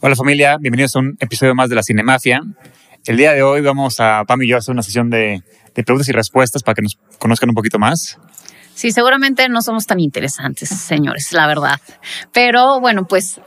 Hola familia, bienvenidos a un episodio más de la Cinemafia. El día de hoy vamos a Pam y yo a hacer una sesión de, de preguntas y respuestas para que nos conozcan un poquito más. Sí, seguramente no somos tan interesantes, señores, la verdad. Pero bueno, pues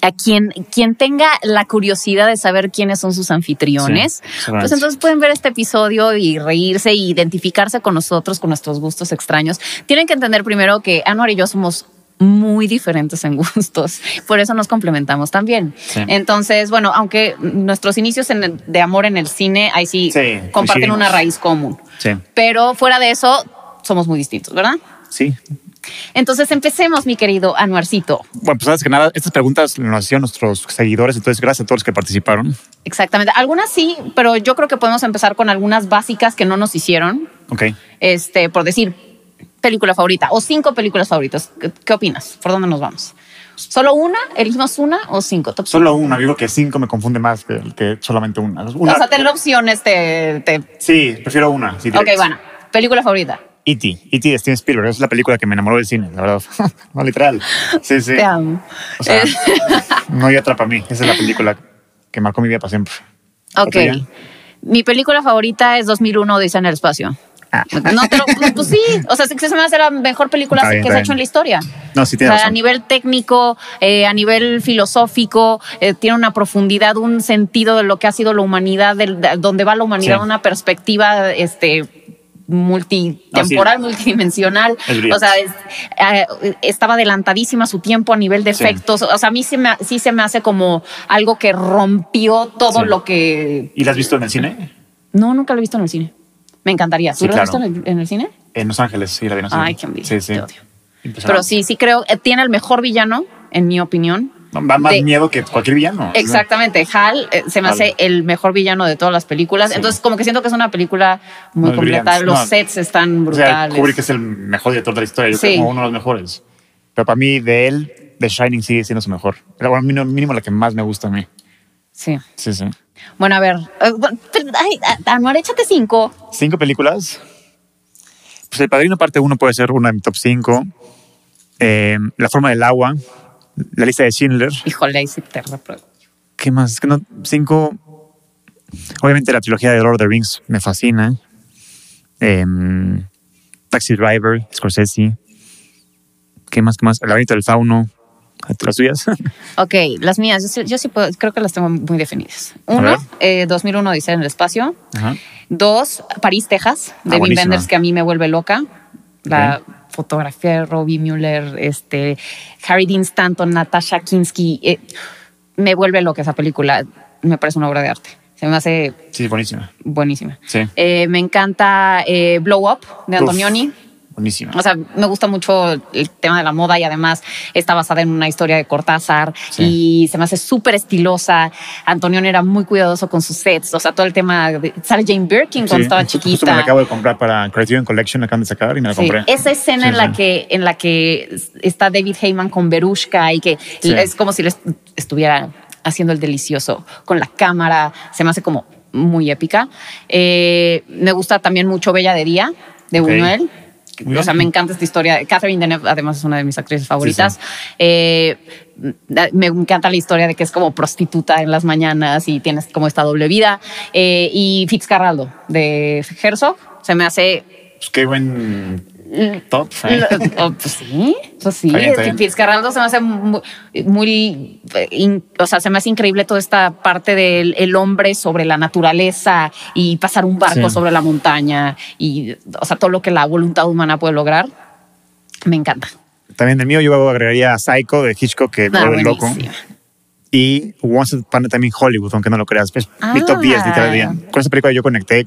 a quien, quien tenga la curiosidad de saber quiénes son sus anfitriones, seguramente. pues entonces pueden ver este episodio y reírse e identificarse con nosotros, con nuestros gustos extraños. Tienen que entender primero que Anuar y yo somos muy diferentes en gustos, por eso nos complementamos también. Sí. Entonces, bueno, aunque nuestros inicios en el- de amor en el cine, ahí sí, Sí, comparten coincidimos. una raíz común. Sí, Pero fuera de eso, somos muy distintos, ¿verdad? sí. Entonces empecemos, mi querido Anuarcito. Bueno, pues antes que nada, estas preguntas nos hicieron nuestros seguidores, entonces gracias a todos los que participaron. Exactamente. Algunas sí, pero yo creo que podemos empezar con algunas básicas que no nos hicieron. Ok. Este, por decir, película favorita o cinco películas favoritas. ¿Qué, qué opinas? ¿Por dónde nos vamos? ¿Solo una? ¿Elegimos una o cinco? Top Solo una, digo que cinco me confunde más que, que solamente una. Una- O sea, tener opciones te... te- Sí, prefiero una. E sí, Ok, directo. bueno. Película favorita. E.T. E.T. de Steven Spielberg. Es la película que me enamoró del cine, la verdad. no, literal. Sí, sí. Te amo. O sea, Eh, no hay otra para mí. Esa es la película que marcó mi vida para siempre. ¿la ok. tuya? Mi película favorita es 2001 Odisea en el espacio. Ah. No, pero pues sí, o sea, sí que se me hace la mejor película Está bien, que se está ha hecho bien. en la historia. No, sí O tienes sea, a razón. nivel técnico, eh, a nivel filosófico, eh, tiene una profundidad, un sentido de lo que ha sido la humanidad, del- de donde va la humanidad, Sí. una perspectiva este, multitemporal, multidimensional. Es brillante. O sea, es- eh, estaba adelantadísima a su tiempo a nivel de Sí. efectos. O sea, a mí sí, me- sí se me hace como algo que rompió todo Sí. lo que... ¿Y la has visto en el cine? No, nunca lo he visto en el cine. Me encantaría. ¿Tú Sí, lo has claro. visto en el, en el cine? En Los Ángeles, sí, la vi en el cine. Ay, qué envidia, Sí, sí. te odio. Impresionante. Pero sí, sí creo, eh, tiene el mejor villano, en mi opinión. No, Da más de- miedo que cualquier villano. O sea, Exactamente, Hal eh, se me Hal. hace el mejor villano de todas las películas. Sí. Entonces, como que siento que es una película muy No, es completa. brillante. Los No. sets están O sea, brutales. Kubrick es el mejor director de la historia. Yo Sí. creo como uno de los mejores. Pero para mí, de él, The Shining sigue siendo su mejor. Pero bueno, mínimo, mínimo la que más me gusta a mí. Sí. Sí, sí. Bueno, a ver. eh, bueno, pero, Ay, a- Anuar, échate cinco. Cinco películas. Pues El Padrino Parte 1 puede ser una de mi top 5. la Forma del Agua. La Lista de Schindler. Híjole, ahí sí te repruebo. ¿Qué más? Es que no- cinco. Obviamente la trilogía de Lord of the Rings me fascina. Em, Taxi Driver, Scorsese. ¿Qué más? ¿Qué más? El laberinto del fauno. ¿Las tuyas? Ok, las mías, yo, sí- yo sí puedo- creo que las tengo muy definidas. ver. Uno, eh, 2001 Odisea en el espacio. Ajá. Dos, París, Texas, de Wim Ah, buenísima. Wenders, que a mí me vuelve loca. La fotografía de Robbie Mueller, este, Harry Dean Stanton, Natasha Kinsky. eh, me vuelve loca esa película. Me parece una obra de arte. Se me hace Sí, buenísima. buenísima. Sí. Eh, me encanta eh, Blow Up de Antonioni. Uf, buenísima. O sea, me gusta mucho el tema de la moda y además está basada en una historia de Cortázar Sí. y se me hace súper estilosa. Antonión era muy cuidadoso con sus sets. O sea, todo el tema de, sale Jane Birkin cuando Sí, estaba justo- chiquita. Justo me la acabo de comprar para Criterion Collection, la acaban de sacar y me la Sí, compré. Esa escena Sí, en, la sí. Que, en la que está David Heyman con Berushka y que Sí. es como si les estuviera haciendo el delicioso con la cámara, se me hace como muy épica. Eh, me gusta también mucho Bella de Día, de Ok. Buñuel. Muy O sea, bien. me encanta esta historia. Catherine Deneuve, además, es una de mis actrices favoritas. Eh, me encanta la historia de que es como prostituta en las mañanas y tienes como esta doble vida. Eh, y Fitzcarraldo, de Herzog, se me hace Pues qué buen top. ¿eh? lo- oh, pues sí, pues sí. Está bien, está bien. Fitzcarraldo se me hace muy, muy, eh, in- o sea, se me hace increíble toda esta parte del el hombre sobre la naturaleza y pasar un barco Sí. sobre la montaña y, o sea, todo lo que la voluntad humana puede lograr. Me encanta. También del mío yo agregaría Psycho de Hitchcock, que Ah, lo de loco. buenísima. y Once Upon a Time in Hollywood, aunque no lo creas. Es mi Ah. top 10, literalmente. Con esa película yo conecté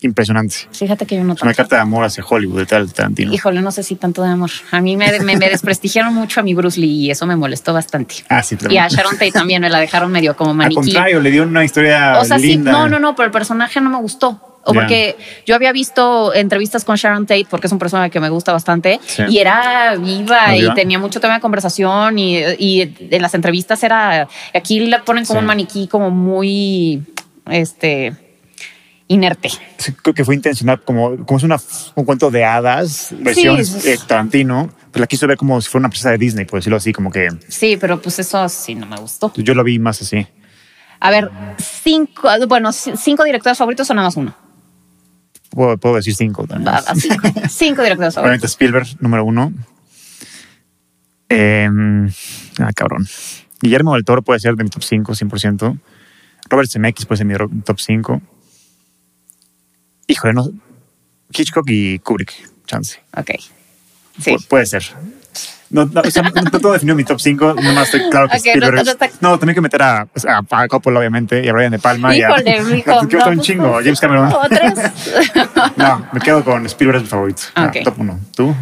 impresionante. Fíjate que yo no Es una tanto. carta de amor hacia Hollywood, de tal Tarantino. Híjole, no sé si tanto de amor. A mí me, me- me desprestigiaron mucho a mi Bruce Lee y eso me molestó bastante. Ah, sí, claro. Y a Sharon Tate también me la dejaron medio como Al maniquí. contrario, le dio una historia O sea, Ah, linda. sí, no, no, no, pero el personaje no me gustó. O Ya. porque yo había visto entrevistas con Sharon Tate, porque es un personaje que me gusta bastante, Sí. Ah, y era viva ¿No y viva? tenía mucho tema de conversación y, y en las entrevistas era, aquí la ponen como Sí. un maniquí como muy, este, inerte. Sí, Creo que fue intencional, como, como es una, un cuento de hadas, versión Sí. eh, Tarantino. pues la quiso ver como si fuera una princesa de Disney, por decirlo así, como que Sí, pero pues eso sí no me gustó. yo lo vi más así. A ver, cinco, bueno, c- cinco directores favoritos o nada más uno. Puedo, puedo decir cinco también. Va, va, Cinco, cinco directores favoritos. Obviamente Spielberg, número uno. Eh, ah, cabrón. Guillermo del Toro puede ser de mi top 5, 100%. Robert Zemeckis puede ser mi ro- top 5. Híjole, no. Hitchcock y Kubrick, chance. Ok. Sí. Pu- puede ser. No, no, o sea, no, no tengo definido mi top 5, nomás estoy claro que Ok, no, Spielberg no, es- no está- No, también que meter a, a, a Coppola, obviamente, y a Brian De Palma. y a, Híjole, rico. Que está no, un pues, chingo, James Cameron. Otros. No, me quedo con Spielberg es mi favorito. Ah, Ok. top 1. ¿Tú?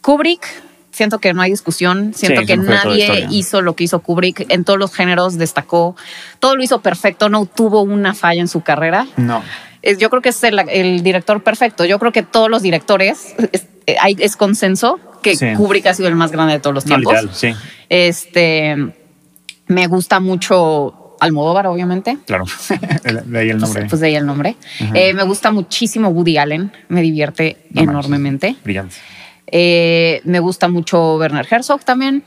Kubrick, siento que no hay discusión, siento Sí, que es un objeto de nadie historia. hizo lo que hizo Kubrick en todos los géneros, destacó, todo lo hizo perfecto, no tuvo una falla en su carrera. No. Es- Yo creo que es el, el director perfecto, yo creo que todos los directores, es, eh, hay- es consenso que Sí. Kubrick ha sido el más grande de todos los No, tiempos. literal, sí. Este, me gusta mucho Almodóvar, obviamente. Claro, El- de ahí el nombre. Pues, pues de ahí el nombre. Ajá. Eh, me gusta muchísimo Woody Allen, me divierte No manches. enormemente. Brillante. Eh, me gusta mucho Werner Herzog también.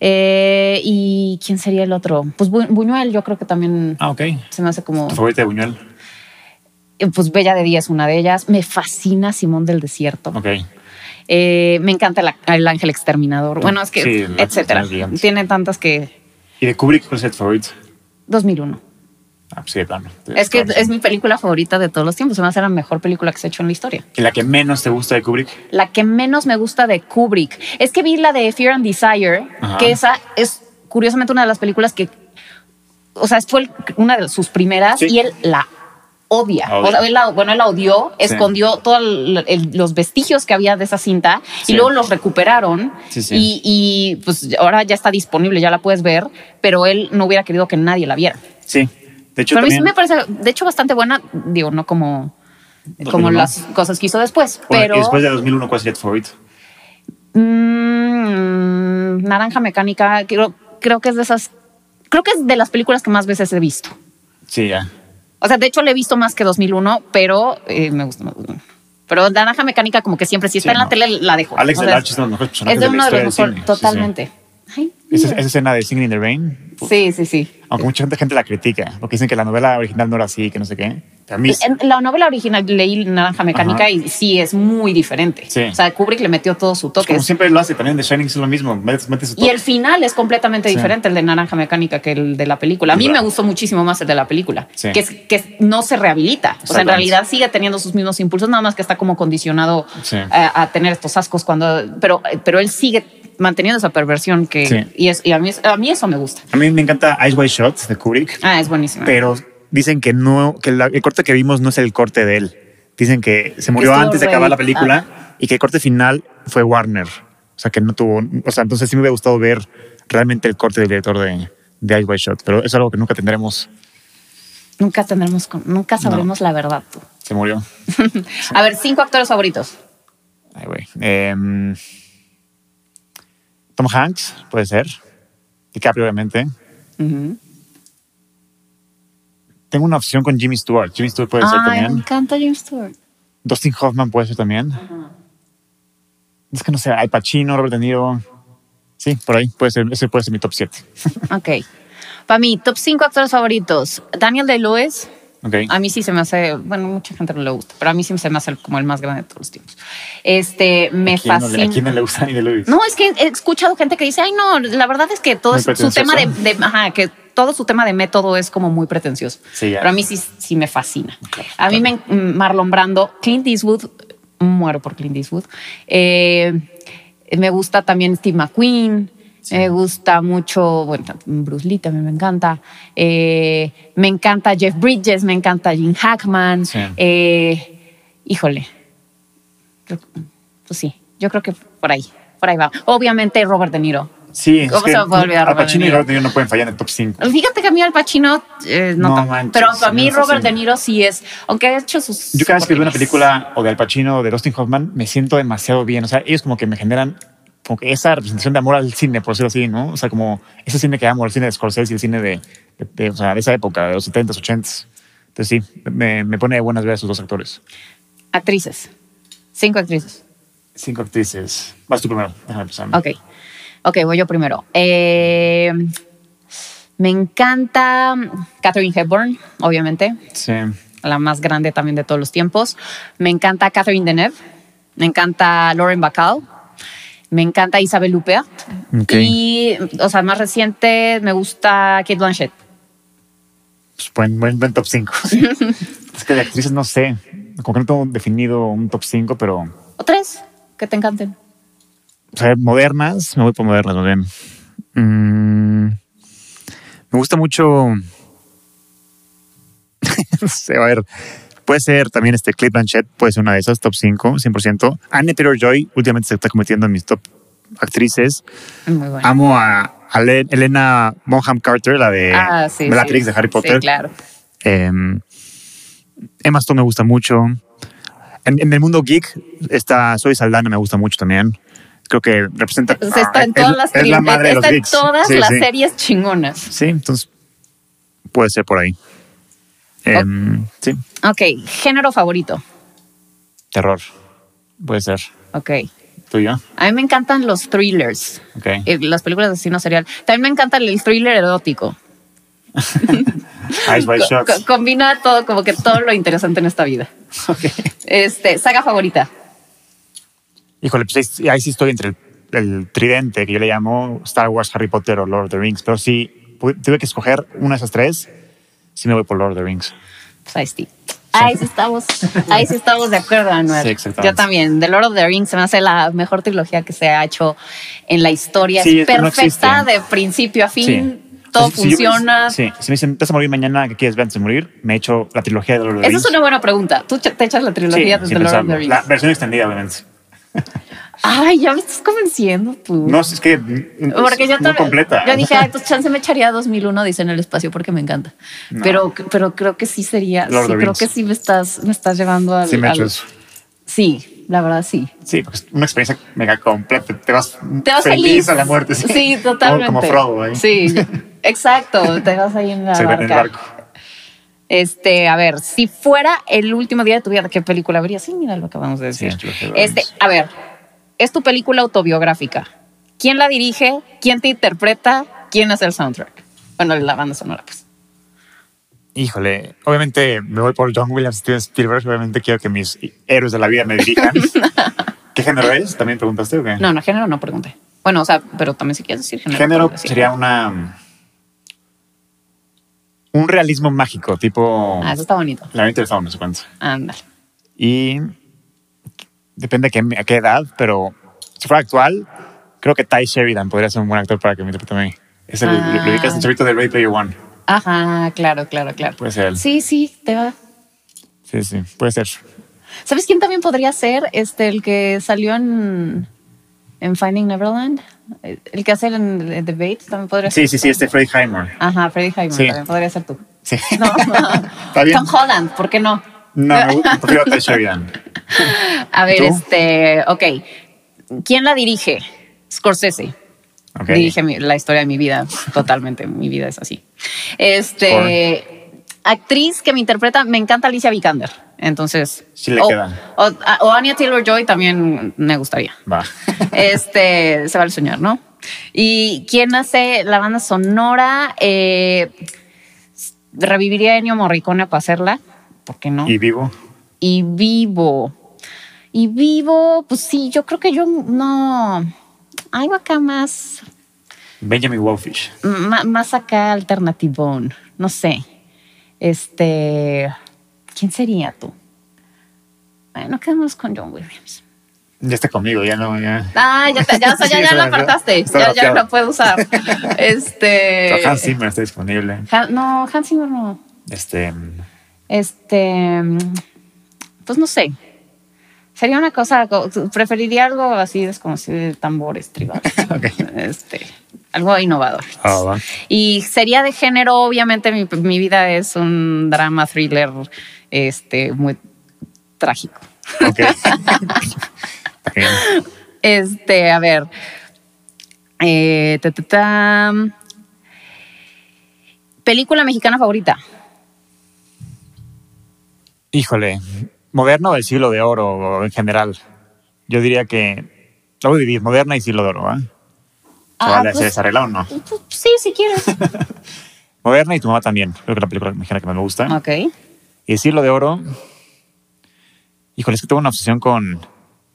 Eh, ¿Y quién sería el otro? Pues Bu- Buñuel, yo creo que también Ah, ok. se me hace como. ¿Tu favorita de Buñuel? eh, Pues Bella de Día es una de ellas. Me fascina Simón del Desierto. Ok. Eh, me encanta la- el Ángel Exterminador. Bueno, es que, Sí, el etcétera. Ángel Gigante. Tiene tantas que. ¿Y de Kubrick cuál es tu favorito? 2001. Ah, pues sí, de plano. Es que Claro, es sí. mi película favorita de todos los tiempos. Se me hace la mejor película que se ha hecho en la historia. ¿Y la que menos te gusta de Kubrick? La que menos me gusta de Kubrick es que vi la de Fear and Desire, Ajá. que esa es curiosamente una de las películas que, o sea, fue el- una de sus primeras Sí. y él la odia. La odia. O sea, él la- bueno, él la odió, Sí. escondió todos los vestigios que había de esa cinta Sí. y luego los recuperaron. Sí, sí. Y, y, pues ahora ya está disponible, ya la puedes ver, pero él no hubiera querido que nadie la viera. Sí. De hecho, pero a mí sí también, me parece, de hecho, bastante buena, digo, no como, como 2001. las cosas que hizo después, Bueno, pero... Y después de 2001, ¿cuál sería tu favorito? Mm, Naranja Mecánica, creo, creo que es de esas. Creo que es de las películas que más veces he visto. Sí, ya. O sea, de hecho, le he visto más que 2001, pero eh, me gusta más 2001. Pero Naranja Mecánica, como que siempre, si está Sí, en la no. tele, la dejo. Alex O sea, Delarche es uno de los mejores Pues, es personajes de la uno de historia los del mejores, cine. Sí, sí. totalmente. Ay, Esa, mira. esa escena de Singing in the Rain, Sí, sí, sí. aunque mucha gente, gente la critica, porque dicen que la novela original no era así, que no sé qué. Pero a mí, sí. En La novela original leí Naranja Mecánica Ajá. y sí es muy diferente. Sí. O sea, Kubrick le metió todo su toque. como siempre lo hace, también de Shining es lo mismo, metes, metes su Y toque. el final es completamente Sí. diferente el de Naranja Mecánica que el de la película. A mí Claro. me gustó muchísimo más el de la película, Sí. que, es- que es- no se rehabilita. O sea, en Exactamente. realidad sigue teniendo sus mismos impulsos, nada más que está como condicionado eh, Sí. a, a tener estos ascos cuando. Pero, pero él sigue manteniendo esa perversión que. Sí. Y, es, y a, mí, es- a mí eso me gusta. A mí me encanta Eyes Wide Shut de Kubrick, Ah, es buenísimo. pero dicen que no, que la- el corte que vimos no es el corte de él. Dicen que se murió estuvo ah. antes de acabar la ready. película y que el corte final fue Warner. O sea, que no tuvo. O sea, entonces sí me hubiera gustado ver realmente el corte del director de, de Eyes Wide Shut, pero es algo que nunca tendremos. Nunca tendremos, con- nunca sabremos la verdad. tú. Se murió. A ver, cinco actores favoritos. Ay, güey. Em, Tom Hanks, puede ser. DiCaprio, obviamente. Ujú. Tengo una opción con Jimmy Stewart. Jimmy Stewart puede ser Ay, me también. encanta James Stewart. Dustin Hoffman puede ser también. Es que no sé, Al Pacino, Robert De Niro. Sí, por ahí. Puede ser, ese puede ser mi top 7. Ok. Para mí, top cinco actores favoritos. Daniel de Lewis. Ok. A mí sí se me hace, bueno, mucha gente no le gusta, pero a mí sí se me hace como el más grande de todos los tiempos. Este, me ¿A quién no le- fascina. ¿A quién no le gusta ni de Lewis? No, es que he escuchado gente que dice, ay, no, la verdad es que todo Muy es- su tema de, pretencioso. de- ajá, que todo su tema de método es como muy pretencioso. Sí, ya. Pero a mí sí, sí me fascina. Claro, a mí me en- Marlon Brando, Clint Eastwood, muero por Clint Eastwood. Eh, me gusta también Steve McQueen. Me gusta mucho, bueno, Bruce Lee también me encanta. Eh, me encanta Jeff Bridges, me encanta Jim Hackman. Sí. Eh, híjole, creo- pues sí, yo creo que por ahí, por ahí va. Obviamente Robert De Niro. Sí, es ¿Cómo que se me puede olvidar Al Robert De Pacino y Niro? Robert De Niro no pueden fallar en el top 5. Fíjate que a mí Al Pacino eh, no, No tanto, manches, pero para no, mí eso Robert sí. De Niro sí es, aunque ha hecho sus... Yo cada vez que veo una porquerías. película o de Al Pacino o de Dustin Hoffman, me siento demasiado bien. O sea, ellos como que me generan como que esa representación de amor al cine, por decirlo así, ¿no? O sea, como ese cine que amo, el cine de Scorsese y el cine de, de- de- o sea, de esa época, de los 70s, 80s. Entonces sí, me, me pone de buenas ver a esos dos actores. Actrices, cinco actrices. Cinco actrices. Vas tú primero. Déjame empezar. Ok. Ok, voy yo primero. Eh, me encanta Catherine Hepburn, obviamente, Sí. la más grande también de todos los tiempos. Me encanta Catherine Deneuve. Me encanta Lauren Bacall. Me encanta Isabel Lupea. Ok. Y, o sea, más reciente, me gusta Kate Blanchett. Pues buen, buen, buen top 5. es que de actrices no sé. Como que no tengo definido un top 5, pero. O ¿O tres? Que te encanten. sea, modernas. Me voy por modernas, más bien. Mm, me gusta mucho. no sé, a ver. Puede ser también este Clip Blanchett, puede ser una de esas, top 5, 100%. Anne Taylor Joy últimamente se está convirtiendo en mis top actrices. Muy bueno. Amo a, a Le- Elena Bonham Carter, la de Ah, sí, Bellatrix sí. de Harry Potter. Sí, claro. Em, Emma Stone me gusta mucho. En, en el mundo geek, está Zoe Saldana me gusta mucho también. Creo que representa. O sea, Pues está en es- todas las, es la trilog- madre de los está en geeks. todas Sí, las sí. series chingonas. Sí, entonces puede ser por ahí. Em, Sí, Ok, género favorito. terror. Puede ser. Ok. ¿Tú y yo? A mí me encantan los thrillers, Ok. eh, las películas de asesino serial. También me encanta el thriller erótico. Eyes Wide Co- Shut. co- combina todo, como que todo lo interesante en esta vida. Este, saga favorita. Híjole, pues ahí sí- ahí sí estoy entre el, el tridente que yo le llamo Star Wars, Harry Potter o Lord of the Rings. Pero si pu- tuve que escoger una de esas tres, sí me voy por Lord of the Rings. Pues ahí sí. Ahí sí estamos, ahí sí estamos de acuerdo, Anuel. Sí, exactamente. Yo también. The Lord of the Rings se me hace la mejor trilogía que se ha hecho en la historia. Sí, es es que no perfecta existe. de principio a fin. Sí. Todo O sea, si yo- funciona. sí, si me dicen, ¿te vas a morir mañana? ¿Qué quieres ver antes de morir? Me he hecho la trilogía de Lord of the Esa Rings. es una buena pregunta. Tú te echas la Sí, trilogía de sin The Lord of pensarlo. the Rings. La versión extendida, obviamente. Ay, ya me estás convenciendo tú. No, es que mm, Porque es yo no también- completa. Yo dije, ay, pues chance me echaría 2001, dice en el espacio, porque me encanta. Pero, pero creo que sí sería, Lord of sí, the creo Rings. que sí me estás, me estás llevando al. sí, me he hecho al- eso. Sí, la verdad sí. Sí, porque es una experiencia mega completa. Te vas, Te vas feliz, a la muerte. Sí, Como- totalmente. Como, Frodo. ahí. Sí, exacto. Te vas ahí en la Se ve en barca. el barco. Este, a ver, si fuera el último día de tu vida, ¿qué película verías? Sí, mira lo que acabamos de Sí, decir. es lo que vamos. este, a ver, es tu película autobiográfica. ¿Quién la dirige? ¿Quién te interpreta? ¿Quién hace el soundtrack? Bueno, la banda sonora, pues. Híjole, obviamente me voy por John Williams, Steven Spielberg. Obviamente quiero que mis héroes de la vida me dirijan. ¿Qué género es? ¿También preguntaste o qué? No, no, género no pregunté. Bueno, o sea, pero también si quieres decir género. género puedes decir. sería una. mm, Un realismo mágico, tipo. Ah, eso está bonito. La del Fauno, se cuenta. Ándale. Y. Depende a qué, a qué edad, pero si fuera actual, creo que Ty Sheridan podría ser un buen actor para que me interprete a mí. Es el, Ah. lo ubicas el chavito de Ray Player One. Ajá, claro, claro, claro. Puede ser él. Sí, sí, te va. Sí, sí, puede ser. ¿Sabes quién también podría ser? Este, el que salió en, en Finding Neverland. Eh, El que hace el en en The Bates también podría ser. Sí, sí, sí, este Freddy Heimer. Ajá, Freddy Hyman Sí. también podría ser tú. Sí. No. Está bien. Tom Holland, ¿por qué no? No, me gusta, prefiero a Ty Sheridan. A ver, ¿Tú? este, ok. ¿Quién la dirige? Scorsese. Ok. Dirige mi- la historia de mi vida totalmente. mi vida es así. Este, actriz que me interpreta, me encanta Alicia Vikander. Entonces, Sí le o- queda. O, o Anya Taylor Joy también me gustaría. Va. Este, se va al soñar, ¿no? ¿Y quién hace la banda sonora? Eh, reviviría a Ennio Morricone para hacerla, ¿por qué no? Y Y, vivo. vivo. Y vivo, pues sí, yo creo que yo no. Algo acá más, Benjamin Wolfish. ma- más acá alternativón, no sé. Este, ¿quién sería tú? Bueno, quedamos con John Williams. Ya está conmigo, ya no, ya. Ah, ya, te- ya, o sea, ya, Sí, ya se lo me fue. apartaste. Está Ya, ya no bloqueado. lo puedo usar. Este. Hans Zimmer está disponible. Han- no, Hans Zimmer no. Este. Este. mm, Pues no sé. Sería una cosa. co- Preferiría algo así desconocido de tambores tribales. Ok. Este. Algo innovador. Ah, va. Y sería de género, obviamente, mi, mi vida es un drama thriller este, muy trágico. Ok. Está bien. Este, a ver. Eh, ta, ta, tam. Película mexicana favorita. Híjole, moderno del siglo de oro en general. yo diría que la voy a dividir moderna y Silodoro, ¿ah? ¿Se Ah, vale pues- hacer esa regla o no? Pues, Sí, si quieres. Moderna y tu mamá también. Creo que es la película mexicana que más me gusta. ok. Y decirlo de oro. Híjole, es que tengo una obsesión con,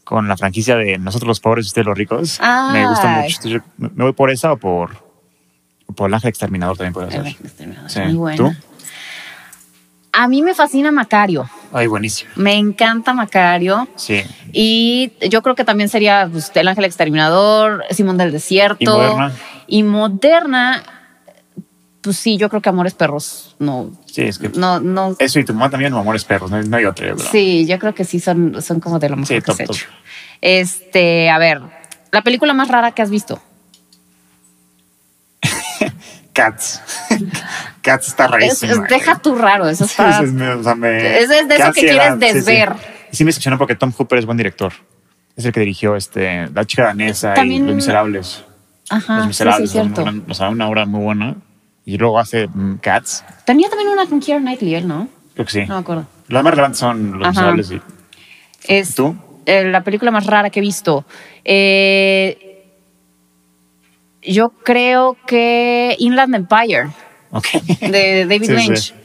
con la franquicia de Nosotros los pobres, ustedes los ricos. Me gusta Ay. mucho. Entonces, yo- ¿Me voy por esa o por, o por el ángel exterminador también puede ser? este Sí. Muy bueno. ¿Tú? A mí me fascina Macario. Ay, buenísimo. Me encanta Macario. Sí. Y yo creo que también sería pues, El Ángel Exterminador, Simón del Desierto. ¿Y moderna? Y moderna, pues sí, yo creo que Amores Perros no. Sí, Eh, es que No, no. eso y tu mamá también, no, amores perros. No, hay- no hay otra. yo creo. Sí, yo creo que sí son, son como de lo mejor Sí, que top, se ha top. hecho. Este, a ver, la película más rara que has visto. Cats. Cats está Es- rarísimo. es- deja tú raro, eso Sí, está. es- me- o sea, me- Es- es de qué eso que quieres ansiedad. Sí, sí. desver. Y sí me decepcionó porque Tom Hooper es buen director. Es el que dirigió este, La chica danesa También- y Los Miserables. Ajá, Los Ah, sí, sí, es Miserables, cierto. una, o sea, una obra muy buena. Y luego hace mm, Cats, Tenía también una con Keira Knightley, él, ¿no? creo que sí. No me acuerdo. Las más relevantes son Los Ah. Ajá. Miserables y Es ¿Tú? eh, la película más rara que he visto. Eh, yo creo que Inland Empire Ok. de David Sí, sí. Lynch.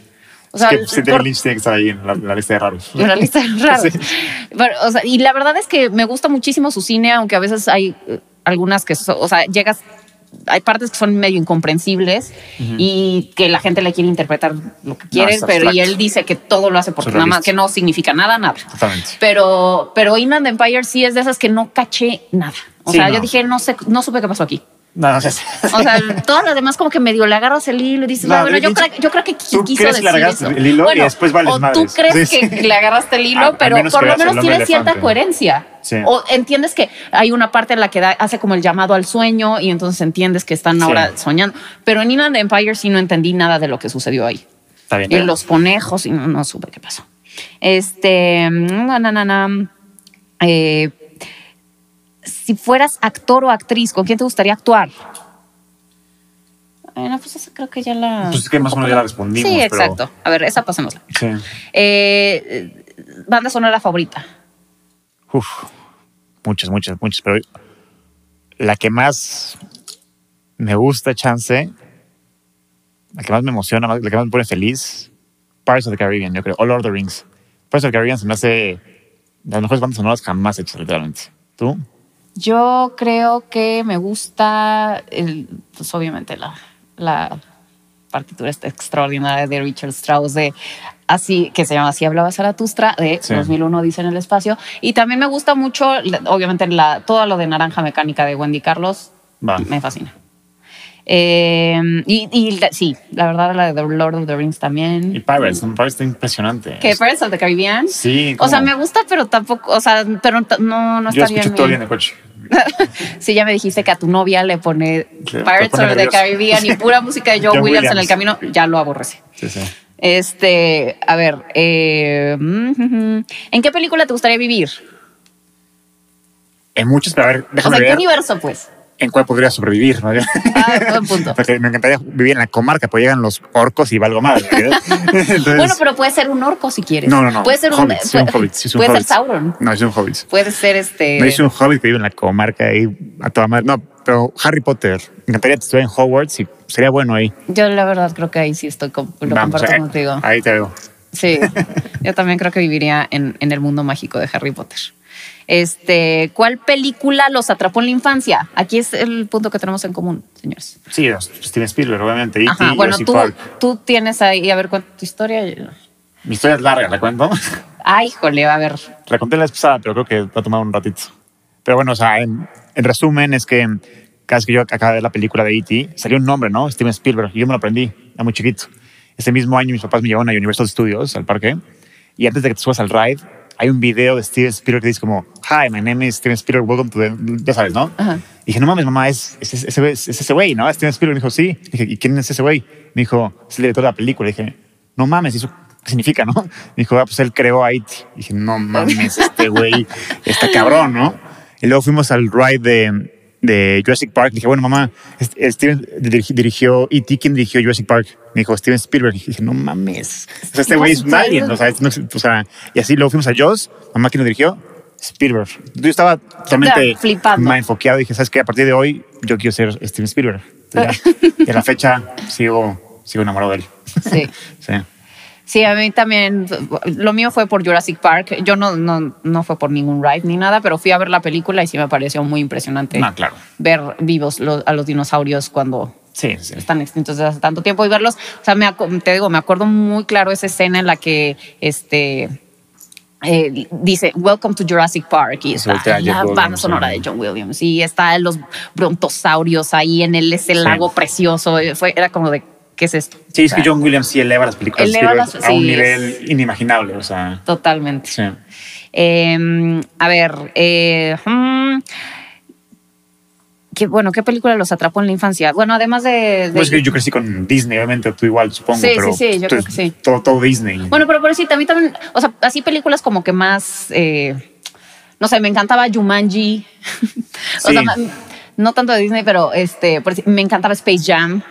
O sea, es que sí, por- David Lynch tiene que estar ahí en la, la lista de raros. una lista de raros. Pues, Sí. Pero, o sea, y la verdad es que me gusta muchísimo su cine, aunque a veces hay eh, algunas que, so- o sea, llegas, hay partes que son medio incomprensibles y que la gente le quiere interpretar lo que quiere, es pero y abstracto. él dice que todo lo hace porque nada más, Surrealista. que no significa nada, nada. Totalmente. Pero, pero Inland Empire sí es de esas que no caché nada. O Sí, sea, no. yo dije, no sé, no supe qué pasó aquí. No, no sé. O sea, todas las demás como que medio le agarras el hilo y dices, No, "Ah, bueno, de yo, hecho, creo- yo creo que qui- tú quiso crees que decir le agarraste eso". el hilo y después vales o tú madres. crees Sí, sí. que le agarraste el hilo, Al- al pero menos por que lo veas el menos hombre tiene cierta elefante. coherencia. Sí. O entiendes que hay una parte en la que da- hace como el llamado al sueño y entonces entiendes que están Sí. ahora soñando. Pero en Inland Empire sí no entendí nada de lo que sucedió ahí. Está bien. Y los conejos, y no, no supe qué pasó. Este, mm, na, na, na, na. Eh, si fueras actor o actriz, ¿con quién te gustaría actuar? Ay, no, pues esa creo que ya la. Pues es que más o menos ya la respondimos. sí, pero- exacto. A ver, esa pasémosla. sí. Eh, eh, banda sonora favorita. Uf, muchas, muchas, muchas, pero la que más me gusta, chance, la que más me emociona, la que más me pone feliz, Pirates of the Caribbean, yo creo, All Lord of the Rings. Pirates of the Caribbean se me hace de las mejores bandas sonoras jamás hechas, literalmente. ¿Tú? Yo creo que me gusta, el- pues obviamente la, la partitura esta extraordinaria de Richard Strauss de así que se llama así hablaba Zaratustra de Sí. 2001 dice en el espacio y también me gusta mucho la- obviamente la, todo lo de Naranja Mecánica de Wendy Carlos Va. me fascina Eh, y, y la- sí la verdad la de The Lord of the Rings también Y Pirates, ¿no? Pirates está impresionante. que Es- Pirates of the Caribbean Sí, o sea ¿cómo? me gusta pero tampoco o sea pero t- no no Yo estaría escucho en todo mi- bien de coche. Sí, ya me dijiste que a tu novia le pone Claro, te Pirates pone of the nerviosa. Caribbean y pura música de John, John Williams, en el Williams. camino, ya lo aborrece. Sí, sí. Este, a ver, eh, mm, ¿en qué película te gustaría vivir? En muchos, pero a ver, O déjame sea, ¿en qué ver universo, pues? en cuál podría sobrevivir. ¿no? Ah, buen punto. Porque me encantaría vivir en la comarca, pues llegan los orcos y valgo más. ¿verdad? Entonces- Bueno, pero puede ser un orco si quieres. No, no, no. Puede ser Hobbit, sí, un puede- hobbit, sí, es un puede hobbit. ser Sauron. No, es un hobbit. Puede ser este. No es un hobbit que vive en la comarca y a toda madre. No, pero Harry Potter. Me encantaría estudiar en Hogwarts y sería bueno ahí. Yo la verdad creo que ahí sí estoy com- lo Vamos, comparto eh, contigo. Ahí te veo. Sí, yo también creo que viviría en, en el mundo mágico de Harry Potter. Este, ¿cuál película los atrapó en la infancia? Aquí es el punto que tenemos en común, señores. Sí, los- Steven Spielberg, obviamente. E.T., Ajá, bueno, Jurassic tú, Park. tú tienes ahí, a ver, cuánta tu historia. Mi historia es larga, ¿la cuento? Ay, jole, a ver. la conté la vez pasada, pero creo que va a tomar un ratito. Pero bueno, o sea, en, en resumen es que cada vez que yo acabé de ver la película de E.T., salió un nombre, ¿no? Steven Spielberg. Y yo me lo aprendí, era muy chiquito. Ese mismo año mis papás me llevaron a Universal Studios, al parque. Y antes de que te subas al ride, hay un video de Steven Spielberg que dice como, Hi, my name is Steven Spielberg, welcome to the... Ya sabes, ¿no? Ajá. Y dije, no mames, mamá, es, es, es ese- es ese güey, ¿no? Steven Spielberg. Me dijo, sí. Le dije, ¿y quién es ese güey? Me dijo, es el director de la película. Le dije, no mames, ¿y ¿eso qué significa, no? Me dijo, ah, pues él creó a IT. Dije, no mames, este güey está cabrón, ¿no? Y luego fuimos al ride de, de Jurassic Park. Le dije, bueno, mamá, es- es Steven dirigi- dirigió E.T. ¿Quién dirigió Jurassic Park? Me dijo, Steven Spielberg. Le dije, no este mames. O sea, este güey es un alien. O sea, es- no- o sea, y así luego fuimos a Jaws. Mamá, ¿quién lo dirigió? Spielberg. Yo estaba totalmente flipando. enfoqueado. Dije, ¿sabes qué? A partir de hoy yo quiero ser Steven Spielberg. Entonces, ya, de la fecha sigo, sigo enamorado de él. Sí. Sí. Sí, a mí también. Lo mío fue por Jurassic Park. Yo no, no, no fue por ningún ride ni nada, pero fui a ver la película y sí me pareció muy impresionante No, claro. ver vivos lo- a los dinosaurios cuando Sí, sí. están extintos desde hace tanto tiempo y verlos. O sea, me acu- te digo, me acuerdo muy claro esa escena en la que este. eh, dice Welcome to Jurassic Park y Se está voltea Jeff la Goldblum, banda sonora sí. de John Williams y está los brontosaurios ahí en el ese Sí. lago precioso Eh, fue era como de qué es esto Sí, es O que sea, John Williams sí eleva las películas de Eleva Spielberg las- a un sí, nivel inimaginable. O sea, totalmente sí. Eh, a ver, eh, hmm, qué, bueno, ¿qué película los atrapó en la infancia? Bueno, además de... de- Pues que yo crecí con Disney, obviamente, tú igual, supongo. Sí, pero sí, sí, yo tú- creo que sí. Todo, todo Disney. bueno, pero por decir, también, también, o sea, así películas como que más, eh, no sé, me encantaba Jumanji, o Sí. sea, ma- no tanto de Disney, pero este, por decir, me encantaba Space Jam,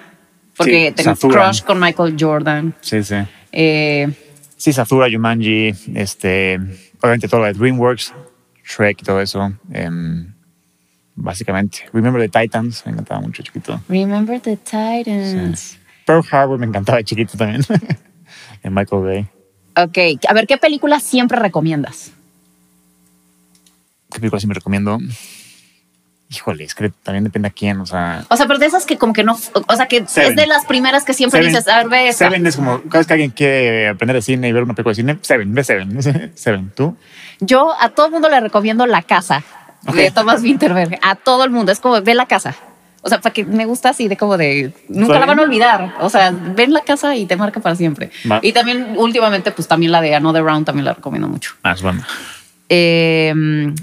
porque Sí, tenía un Satura. crush con Michael Jordan. Sí, sí. Eh, Sí, Sazura, Jumanji, este, obviamente todo lo de DreamWorks, Shrek y todo eso. em, básicamente. Remember the Titans, me encantaba mucho chiquito. Remember the Titans. Pearl Harbor me encantaba de chiquito también. en Michael Bay. Ok, a ver, ¿qué película siempre recomiendas? ¿Qué película sí me recomiendo? Híjole, es que también depende a quién, o sea... O sea, pero de esas que como que no, o sea, que Seven. es de las primeras que siempre Seven- dices, a ver, ve esta. Seven es como, cada vez que alguien quiere aprender de cine y ver una película de cine, Seven, ve Seven. Seven, ¿tú? Yo a todo el mundo le recomiendo La Casa Ok. de Thomas Winterberg. A todo el mundo. Es como, ve La Casa. O sea, para que me gusta así de como de, nunca Está la van a bien. olvidar. O sea, ven La Casa y te marca para siempre. Va. Y también últimamente, pues también la de Another Round también la recomiendo mucho. Ah, es bueno. Eh, mm,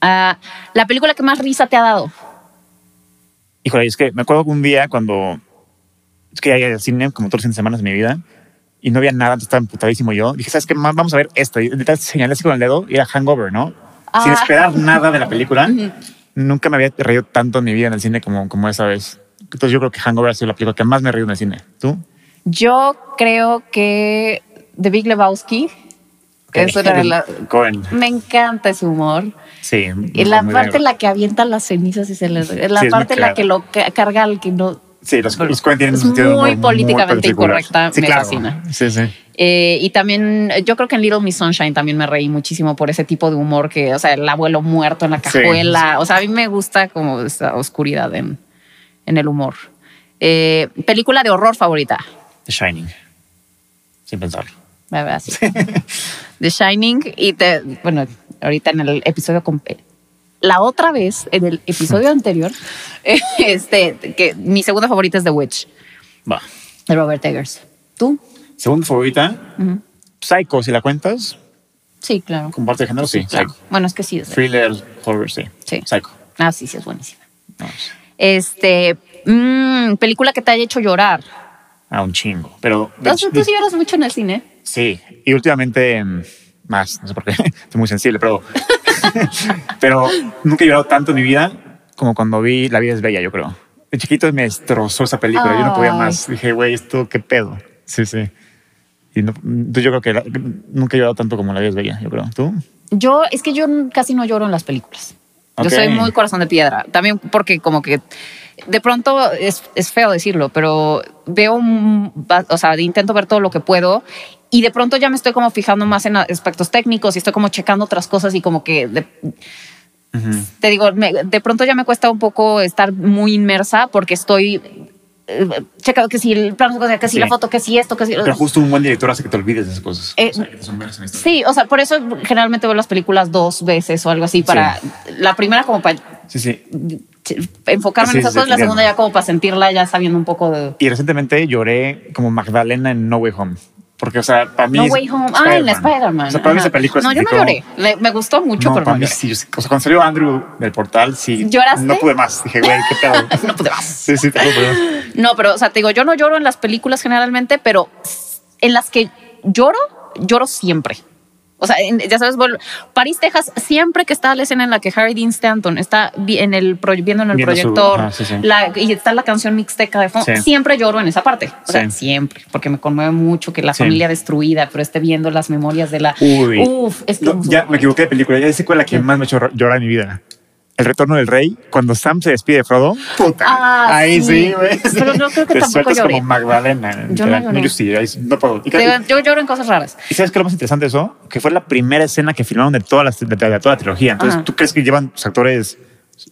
ah, la película que más risa te ha dado. Híjole, es que me acuerdo que un día cuando. Es que ya iba al cine como todos los fines de semana de mi vida y no había nada, entonces estaba emputadísimo yo. Dije, ¿sabes qué? Ma- Vamos a ver esto. Y literal señalé así con el dedo y era hangover, ¿no? Sin Ah. esperar nada de la película. Nunca me había reído tanto en mi vida en el cine como, como esa vez. Entonces yo creo que Hangover ha sido la película que más me he reído en el cine. ¿Tú? Yo creo que The Big Lebowski es una de las... Cohen. Me encanta ese humor. Sí. Y la muy parte negro. en la que avienta las cenizas y se le. es La Sí, es muy parte en la clara. que lo ca- carga al que no. Sí, los, los Coen tienen Es un sentido de humor muy políticamente particular. incorrecta, Sí, me claro. fascina. Sí, sí. Eh, y también, eh, yo creo que en Little Miss Sunshine también me reí muchísimo por ese tipo de humor que, o sea, el abuelo muerto en la Sí. cajuela. O sea, a mí me gusta como esa oscuridad en, en el humor. Eh, película de horror favorita. The Shining. Sin pensarlo. La verdad, sí. The Shining. Y te, bueno, ahorita en el episodio con. La otra vez, en el episodio anterior, este, que mi segunda favorita es The Witch, Va. de Robert Eggers. ¿Tú? Segunda favorita, Ujú. Psycho, si la cuentas, Sí, claro. con parte de género, sí. Claro. Psycho. Bueno, es que sí. es- Thriller, horror, sí. Sí. Psycho. Ah, sí, sí, es buenísima. No, Este, mm, película que te haya hecho llorar. a Ah, un chingo. Pero. de- Tú, tú sí lloras mucho en el cine. sí. Y últimamente mm, más, no sé por qué. Estoy muy sensible, pero. pero nunca he llorado tanto en mi vida como cuando vi La vida es bella, yo creo. De chiquito me destrozó esa película. Yo no podía Ay. más. Dije, güey, esto qué pedo. Sí, sí. Y no- tú, yo creo que la- nunca he llorado tanto como La vida es bella, yo creo. ¿Tú? Yo, es que yo casi no lloro en las películas. Ok. Yo soy muy corazón de piedra. También porque como que de pronto es, es feo decirlo, pero veo, un- va- o sea, intento ver todo lo que puedo y de pronto ya me estoy como fijando más en aspectos técnicos y estoy como checando otras cosas y como que de- Ujú. te digo, me- de pronto ya me cuesta un poco estar muy inmersa porque estoy eh, checando que si el plano, que si Sí. la foto, que si esto, que si... Pero justo un buen director hace que te olvides de esas cosas. Eh, o sea, que te sumerjas en la historia. Sí, o sea, por eso generalmente veo las películas dos veces o algo así para la primera como para Sí, sí. ch- enfocarme Sí, en esas sí, cosas, la entiendo. segunda ya como para sentirla ya sabiendo un poco de Y recientemente lloré como Magdalena en No Way Home. Porque, o sea, para mí. No es Way Home. Ah, en la Spider-Man. O sea, para mí Ajá. esa película No, yo no significó- lloré. Le- me gustó mucho, No, pero para no mí lloré. sí. yo sí. O sea, cuando salió Andrew del portal, sí. ¿Lloraste? No pude más. Dije, güey, qué pedo. No pude más. Sí, sí, te puedo poner. No, pero, o sea, te digo, yo no lloro en las películas generalmente, pero en las que lloro, lloro siempre. O sea, en- ya sabes, vol- París, Texas, siempre que está la escena en la que Harry Dean Stanton está vi- en el pro- viendo en el Viendo su- proyector ajá, sí, sí. la- y está la canción mixteca de fondo, Sí. siempre lloro en esa parte. O sea, Sí. siempre, porque me conmueve mucho que la Sí. familia destruida, pero esté viendo las memorias de la. Uy. Uf, es que. No, ya me equivoqué de película. Ya sé cuál es la que más me ha hecho ro- llorar en mi vida. El retorno del rey, cuando Sam se despide de Frodo. Puta. Ah, ahí sí. sí, güey. Pero no creo que Te tampoco sueltas lloré. como Magdalena. Yo no lloré. yo sí, ahí sí, no puedo. Y, Te- Yo lloro en cosas raras. y sabes qué es lo más interesante de eso? Que fue la primera escena que filmaron de, todas las, de, de- de toda la trilogía. Entonces, Ajá. ¿tú crees que llevan los actores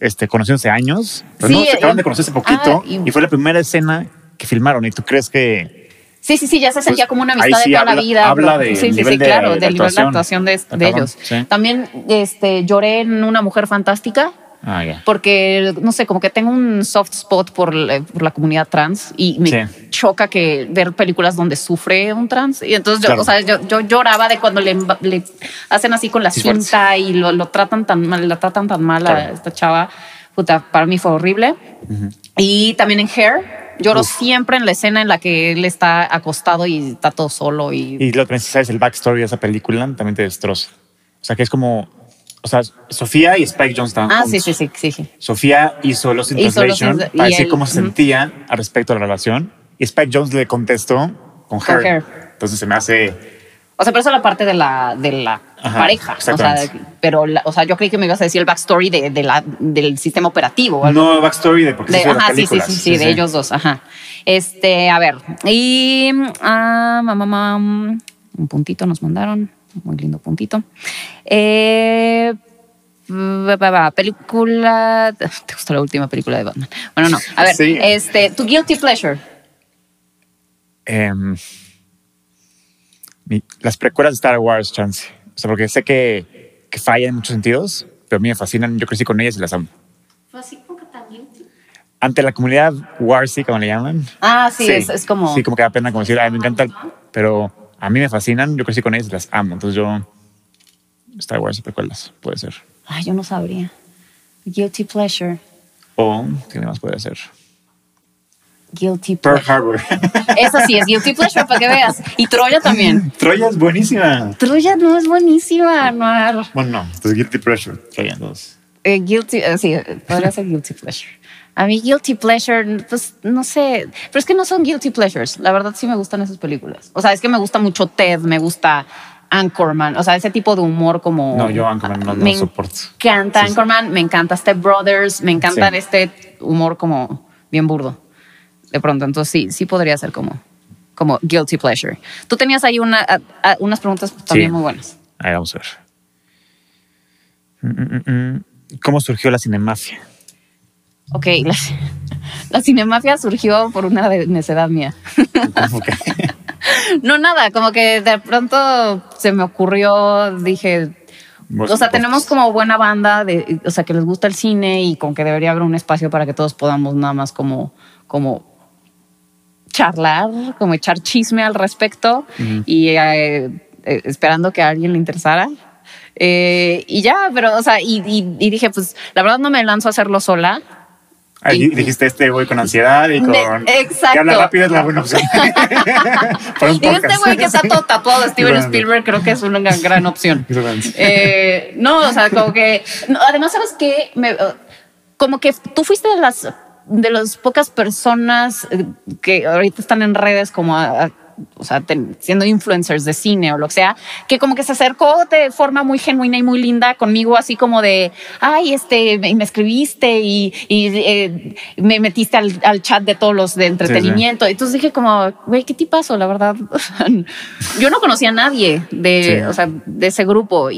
este, conociéndose años? Pero Sí, no, se acaban eh, de conocerse poquito. ah, y- y... fue la primera escena que filmaron. ¿Y tú crees que...? Sí, sí, sí, ya se sentía Pues, como una ahí amistad sí de toda la habla- vida. habla bro. del sí, sí, sí, nivel de claro, del nivel de actuación. actuación de, Está de cabrón, ellos. sí. También este, lloré en Una Mujer Fantástica. Ah, ya. porque no sé, como que tengo un soft spot por la, por la comunidad trans y me Sí. choca que ver películas donde sufre un trans. Y entonces, yo, Claro. o sea, yo, yo lloraba de cuando le, emba- le hacen así con la Sí, fuerte. cinta y lo, lo tratan tan mal, la tratan tan mal a Claro. esta chava. Puta, para mí fue horrible. Y también en Hair. Lloro Uf. siempre en la escena en la que él está acostado y está todo solo y Y lo que sabes el backstory de esa película también te destroza. O sea, que es como... O sea, Sofía y Spike Jones estaban ah sí juntos. sí sí sí, sí. Sofía hizo Los in Hizo Lost in Translation Tra- y para decir él- cómo se ujú. sentían al respecto a la relación. Y Spike Jones le contestó con Con Her. Her. Entonces se me hace... O sea, pero eso es la parte de la, de la Ajá, pareja. O sea, exactamente. pero, la- o sea, yo creí que me ibas a decir el backstory de, de la, del sistema operativo. o algo. No backstory de por qué De- se hizo las ajá, sí, sí, películas. sí, sí, de ellos dos. Ajá. Este, a ver. Y. ah, mam, mam, mam, un puntito nos mandaron. Muy lindo puntito. Eh, va, va, va, película. ¿Te gustó la última película de Batman? Bueno, no. A ver. Sí. Este, tu guilty pleasure. Em, mi- las precuelas de Star Wars, chance. O sea, porque sé que, que fallan en muchos sentidos, pero a mí me fascinan. Yo crecí con ellas y las amo. Fue así como que también. Ante la comunidad Warsi, como le llaman. Ah, sí, Es, es como. Sí, como que da pena como decir, ay, me encanta. Pero a mí me fascinan, yo crecí con ellas y las amo. Entonces yo. Star Wars, precuelas, puede ser. Ay, yo no sabría. Guilty pleasure. O, ¿qué más puede ser? Guilty Pearl pleasure. Harbor. Esa sí es guilty pleasure, para que veas. Y Troya también. Troya es buenísima. Troya no es buenísima, Noir. Bueno, no, entonces Guilty Pressure. Troya, entonces. Eh, guilty, eh, sí, eh, podría ser guilty pleasure. A mí guilty pleasure, pues no sé, pero es que no son guilty pleasures. La verdad sí me gustan esas películas. O sea, es que me gusta mucho Ted, me gusta Anchorman, o sea, ese tipo de humor como... No, yo Anchorman no, no Me soporto. encanta Sí, sí. Anchorman, me encanta Step Brothers, me encanta Sí. este humor como bien burdo. De pronto, entonces sí, sí podría ser como, como guilty pleasure. Tú tenías ahí una, a- a- unas preguntas también muy buenas. Ahí vamos a ver. Mm, mm, mm, mm. ¿Cómo surgió la cinemafia? Ok, la, la cinemafia surgió por una de- necedad mía. Como que- No, nada, como que de pronto se me ocurrió, dije, Vos- o sea, vos- tenemos como buena banda, de, o sea, que les gusta el cine y con que debería haber un espacio para que todos podamos nada más como, como charlar, como echar chisme al respecto y eh, eh, esperando que a alguien le interesara. Eh, y ya, pero, o sea, y, y- y dije, pues la verdad no me lanzo a hacerlo sola. Ay, y- dijiste este voy con ansiedad y con. Me- exacto. Que habla rápido es la buena opción. Para un Y este podcast. güey que está todo tatuado, Steven Grande. Spielberg, creo que es una gran, gran opción. Grande. Eh, no, o sea, como que. no, además, ¿sabes qué? Me, eh, como que tú fuiste de las de las pocas personas eh, que ahorita están en redes como a- a- o sea, ten- siendo influencers de cine o lo que sea, que como que se acercó de forma muy genuina y muy linda conmigo, así como de, ay, este, me, me escribiste y, y, eh, me metiste al, al chat de todos los de entretenimiento. Entonces dije como, güey, qué tipazo, la verdad. Yo no conocía a nadie de, Sí. o sea, de ese grupo y,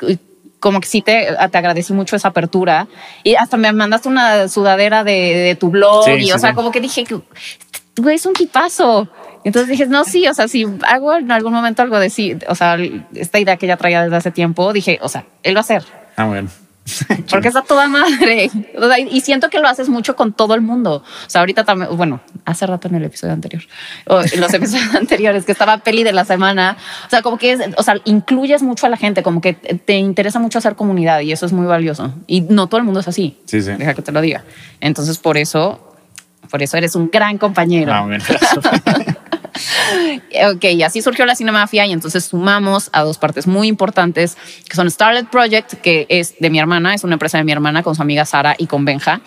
y- y como que sí te, ah, te agradecí mucho esa apertura y hasta me mandaste una sudadera de, de tu blog Sí, y sí, o sea sí. como que dije que güey es un tipazo Y entonces dije no sí o sea si hago en algún momento algo de sí o sea esta idea que ya traía desde hace tiempo dije o sea él va a hacer Ah, bueno. porque está toda madre. O sea, y siento que lo haces mucho con todo el mundo. O sea, ahorita también, bueno, hace rato en el episodio anterior, o en los episodios anteriores, que estaba peli de la semana. O sea, como que es, o sea, incluyes mucho a la gente, como que te te interesa mucho hacer comunidad y eso es muy valioso. Y no todo el mundo es así. Sí, sí. Deja que te lo diga. Entonces, por eso, por eso eres un gran compañero. Ah, bueno. ok, y así surgió la cinemafia y entonces sumamos a dos partes muy importantes que son Starlet Project, que es de mi hermana, es una empresa de mi hermana con su amiga Sara y con Benja,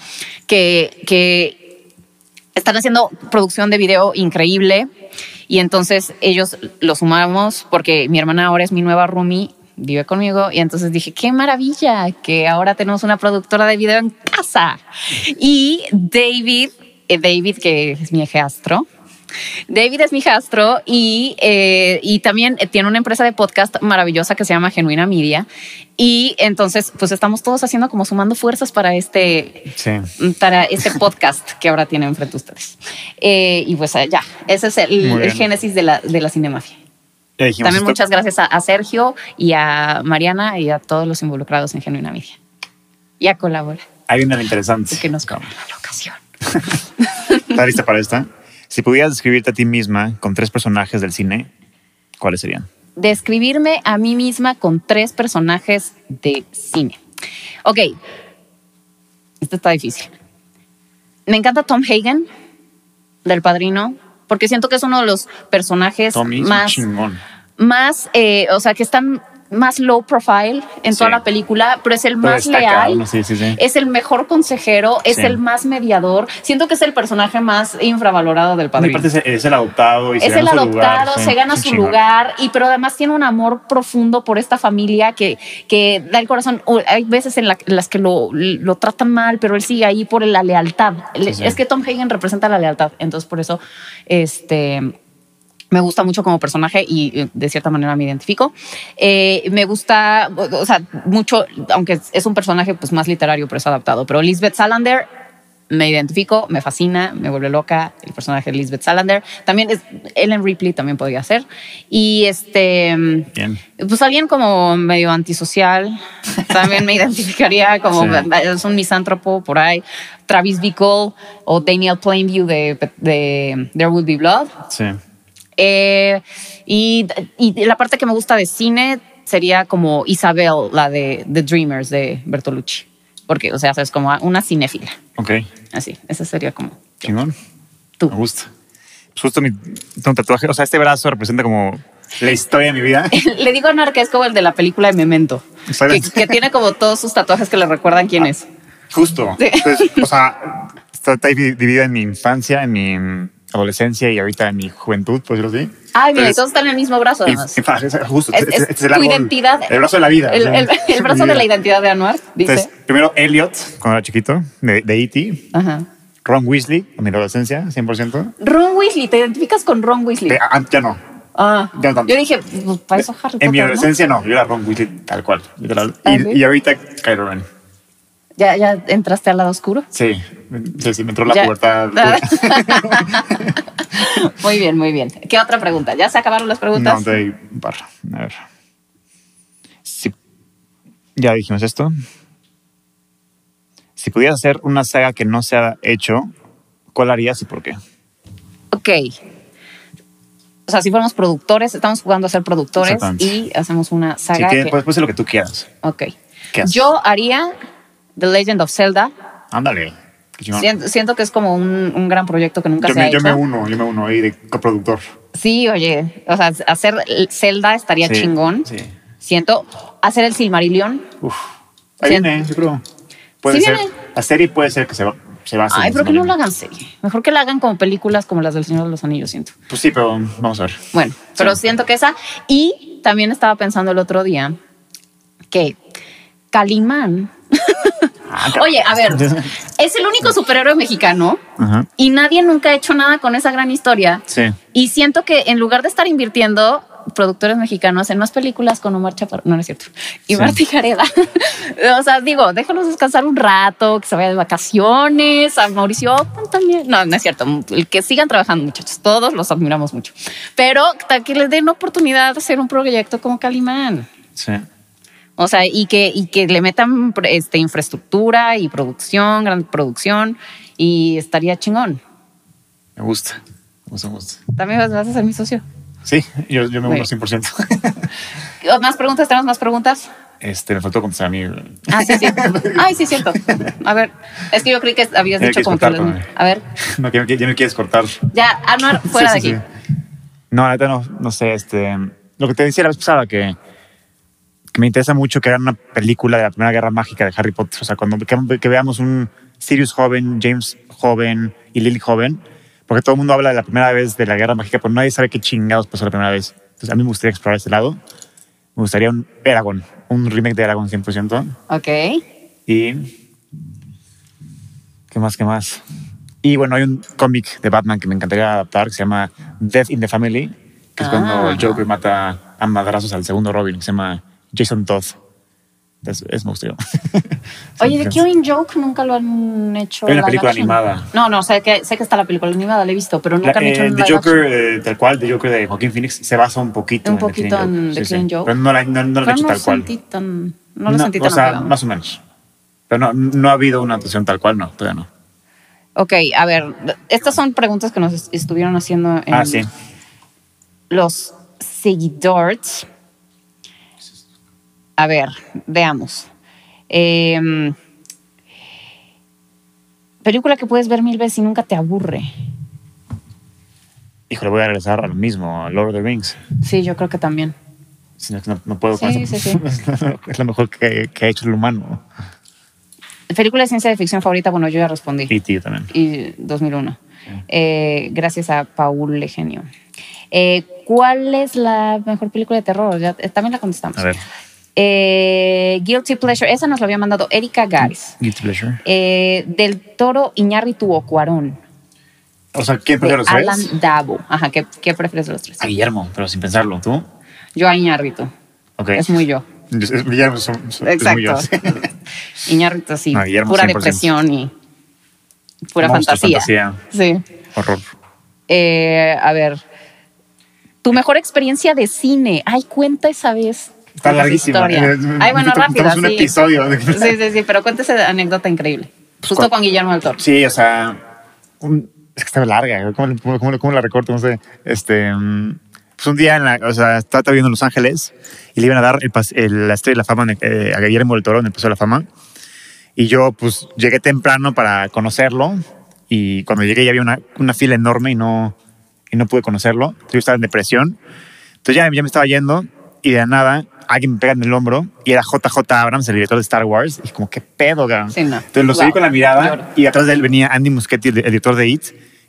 que, que están haciendo producción de video increíble y entonces ellos lo sumamos porque mi hermana ahora es mi nueva roomie, vive conmigo y entonces dije, qué maravilla que ahora tenemos una productora de video en casa. Y David, eh, David que es mi hijastro, David es mi hijastro y, eh, y también tiene una empresa de podcast maravillosa que se llama Genuina Media. Y entonces, pues estamos todos haciendo como sumando fuerzas para este, Sí. para este podcast que ahora tienen frente a ustedes. Eh, y pues eh, ya, ese es el, Muy el bien. génesis de la, de la cinemafia. Ya dijimos También esto. muchas gracias a, a Sergio y a Mariana y a todos los involucrados en Genuina Media. Y a Colabora, Ahí viene lo interesante. que nos cobran la ocasión. ¿Estás lista para esta? Si pudieras describirte a ti misma con tres personajes del cine, ¿cuáles serían? describirme a mí misma con tres personajes de cine. Ok, esto está difícil. Me encanta Tom Hagen, del Padrino, porque siento que es uno de los personajes Tommy, es un más chingón. más, eh, o sea, que están más low profile en Sí. toda la película, pero es el Pero más está leal. cabrón, sí, sí, sí. Es el mejor consejero, es Sí. el más mediador. Siento que es el personaje más infravalorado No, del y padrino. aparte es, es el adoptado y se es el gana su adoptado, lugar, sí, se gana es un su chingón. lugar, y pero además tiene un amor profundo por esta familia que, que da el corazón. O Hay veces en la- en las que lo, lo tratan mal, pero él sigue ahí por la lealtad. Le- sí. Es que Tom Hagen representa la lealtad, entonces por eso este, me gusta mucho como personaje y eh, de cierta manera me identifico. Eh, me gusta, o- o sea, mucho, aunque es- es un personaje pues, más literario, pero es adaptado. Pero Lisbeth Salander me identifico, me fascina, me vuelve loca el personaje de Lisbeth Salander. También es Ellen Ripley, también podría ser. Y este. Bien. Pues alguien como medio antisocial, también me identificaría como Sí. es un misántropo por ahí. Travis Bickle o Daniel Plainview de, de There Will Be Blood. Sí. Eh, y, y la parte que me gusta de cine sería como Isabel, la de The Dreamers de Bertolucci. Porque, o sea, es como una cinéfila. Ok. Así, esa sería como Chingón. tú. Me gusta. Pues justo mi tengo un tatuaje. O sea, este brazo representa como la historia de mi vida. Le digo a Nar que es como el de la película de Memento, que, Exactamente. que tiene como todos sus tatuajes que le recuerdan quién Ah, es. Justo. Sí. Entonces, o sea, está, está dividida en mi infancia, en mi mm, adolescencia y ahorita en mi juventud, por decirlo así. Ay, mira, Ah, y Entonces, todos están en el mismo brazo, Y- además. y fa- pues, es- Justo, Es- este- es este es el tu árbol, identidad. El brazo de la vida. El, o sea, el- el brazo de la identidad de Anuar, dice. Entonces, primero Elliot, cuando era chiquito, de de E E.T., Ajá. Ron Weasley, en mi adolescencia, 100%. Ron Weasley, te identificas con Ron Weasley. De- ah, ya no. ah, ya no. yo dije, pues, para eso Harry en mi Potter, ¿no? adolescencia no. yo era Ron Weasley tal cual, literal. Ah, Y- ¿sí? Y, ahorita Kylo Ren. ¿Ya, ya entraste al lado oscuro. Sí, sí, sí, me entró la Ya. pubertad. muy bien, muy bien. ¿Qué otra pregunta? ¿Ya se acabaron las No, preguntas? doy barra. A ver. Si- ya dijimos esto. Si pudieras hacer una saga que no se ha hecho, ¿cuál harías y por qué? Ok. O sea, si fuéramos productores, estamos jugando a ser productores Exactamente. y hacemos una Si saga. quieres, que- puedes, puedes hacer lo que tú quieras. ok. ¿Qué haces? Yo haría The Legend of Zelda. Ándale. qué chingón. Siento, siento que es como un, un gran proyecto que nunca Yo se ha me, hecho. yo me uno, yo me uno ahí de coproductor. Sí, oye, o sea, hacer el Zelda estaría Sí, chingón. Sí. Siento hacer el Silmarillion. Uf. Ahí Sí. viene, yo creo. Puede Sí ser. viene. La serie puede ser que se va, se va a hacer. Ay, pero que ¿no? no lo hagan serie. Mejor que la hagan como películas como las del Señor de los Anillos, siento. Pues sí, pero vamos a ver. Bueno, pero Sí. siento que esa. Y también estaba pensando el otro día que Calimán. Ah, cabrón. Oye, a ver, es el único superhéroe mexicano Ajá. y nadie nunca ha hecho nada con esa gran historia. Sí. Y siento que en lugar de estar invirtiendo productores mexicanos hacen más películas con Omar Chaparro, no, no es cierto, y Sí. Martí Gareda. o sea, digo, déjalos descansar un rato, que se vaya de vacaciones, a Mauricio Ockman también. No, no es cierto, el que sigan trabajando muchachos, todos los admiramos mucho. Pero ta- que les den oportunidad de hacer un proyecto como Calimán. Sí. O sea, y que, y que le metan este, infraestructura y producción, gran producción, y estaría chingón. Me gusta. Me gusta, me gusta. También vas- vas a ser mi socio. Sí, yo, yo me Muy uno bien. 100%. ¿Más preguntas? ¿Tenemos más preguntas? Este, me faltó contestar a mí. Ah, sí, sí. Ay, sí, cierto. A ver, es que yo creí que habías Ya dicho quieres como que... cortar, lo- Pamela. A ver, No, que- ya me quieres cortar. ya, Anuar, fuera Sí, sí, de aquí. sí. No, la neta no, no sé. Este, lo que te decía la vez pasada, que, que me interesa mucho que hagan una película de la Primera Guerra Mágica de Harry Potter. O sea, cuando, que, que veamos un Sirius joven, James joven y Lily joven. Porque todo el mundo habla de la primera vez de la Guerra Mágica, pero nadie sabe qué chingados pasó la primera vez. Entonces, a mí me gustaría explorar ese lado. Me gustaría un Eragon, un remake de Eragon 100%. Ok. Y. ¿Qué más? ¿Qué más? Y bueno, hay un cómic de Batman que me encantaría adaptar que se llama Death in the Family, que es Ah. cuando el Joker mata a madrazos al segundo Robin, que se llama Jason Todd. Entonces, es me gustaría. Oye, The Killing Joke nunca lo han hecho. Hay una live película action. animada. No, no, sé que, sé que está la película animada, la he visto, pero nunca La- han hecho eh, un The live Joker, eh, action. tal cual, The Joker de Joaquín Phoenix se basa un poquito Un The poquito Killing en Joke. The Sí, sí. Killing Joke. Pero no, la- no- no lo han Pero hecho no lo tal cual. sentí tan. No lo sentí tan o sea, apegado. más o menos. Pero no, no ha habido una actuación tal cual, no, todavía no. Ok, a ver, estas son preguntas que nos est- estuvieron haciendo en Ah, sí. los seguidores. A ver, veamos. Em, película que puedes ver mil veces y nunca te aburre. Híjole, voy a regresar al mismo, a Lord of the Rings. Sí, yo creo que también. Si no, no, no puedo con Sí, eso. sí, es lo mejor que, que ha hecho el humano. Película de ciencia de ficción favorita, bueno, yo ya respondí. Y tío E también. y 2001. Eh, gracias a Paul Legenio. Eh, ¿Cuál es la mejor película de terror? Ya, eh, también la contestamos. A ver. Eh, Guilty Pleasure, esa nos la había mandado Erika Gares. Guilty Pleasure. Eh, del Toro Iñárritu o Cuarón. O sea, ¿quién De prefiere los tres? Alan Dabo. Ajá, ¿qué, qué prefieres de los tres? A Ah, Guillermo, pero sin pensarlo. ¿Tú? Yo a Iñárritu. Ok. Es muy yo. Es- es- Guillermo es, un- es muy yo, Exacto. sí. Iñárritu, sí. No, Guillermo, pura 100%. depresión y pura Monstruo, fantasía. fantasía. Sí. Horror. Eh, a ver. Tu mejor experiencia de cine. Ay, cuenta esa vez. Está Cuenta tu larguísimo. historia. Eh, Ay, bueno, necesitamos rápido. un sí. episodio. de- Sí, sí, sí, pero cuenta esa anécdota increíble. Justo ¿cuál? con Guillermo del Toro. Sí, o sea, un- es que estaba larga. ¿eh? ¿Cómo, le- cómo, cómo- cómo la recorto? No sé. Este, mm, pues un día, en la, o sea, estaba estaba viviendo en Los Ángeles y le iban a dar el, pas- el- la estrella de la fama en- eh, a Guillermo del Toro en el Paseo de la Fama. Y yo, pues, llegué temprano para conocerlo y cuando llegué ya había una, una fila enorme y no, y no pude conocerlo. Entonces, yo estaba en depresión. Entonces ya, ya me estaba yendo y de la nada alguien me pega en el hombro y era JJ Abrams, el director de Star Wars. Y como, ¿qué pedo, cabrón? Sí, no. Entonces lo seguí Wow. con la mirada Lloro. y atrás de él venía Andy Muschietti, el, el director de IT,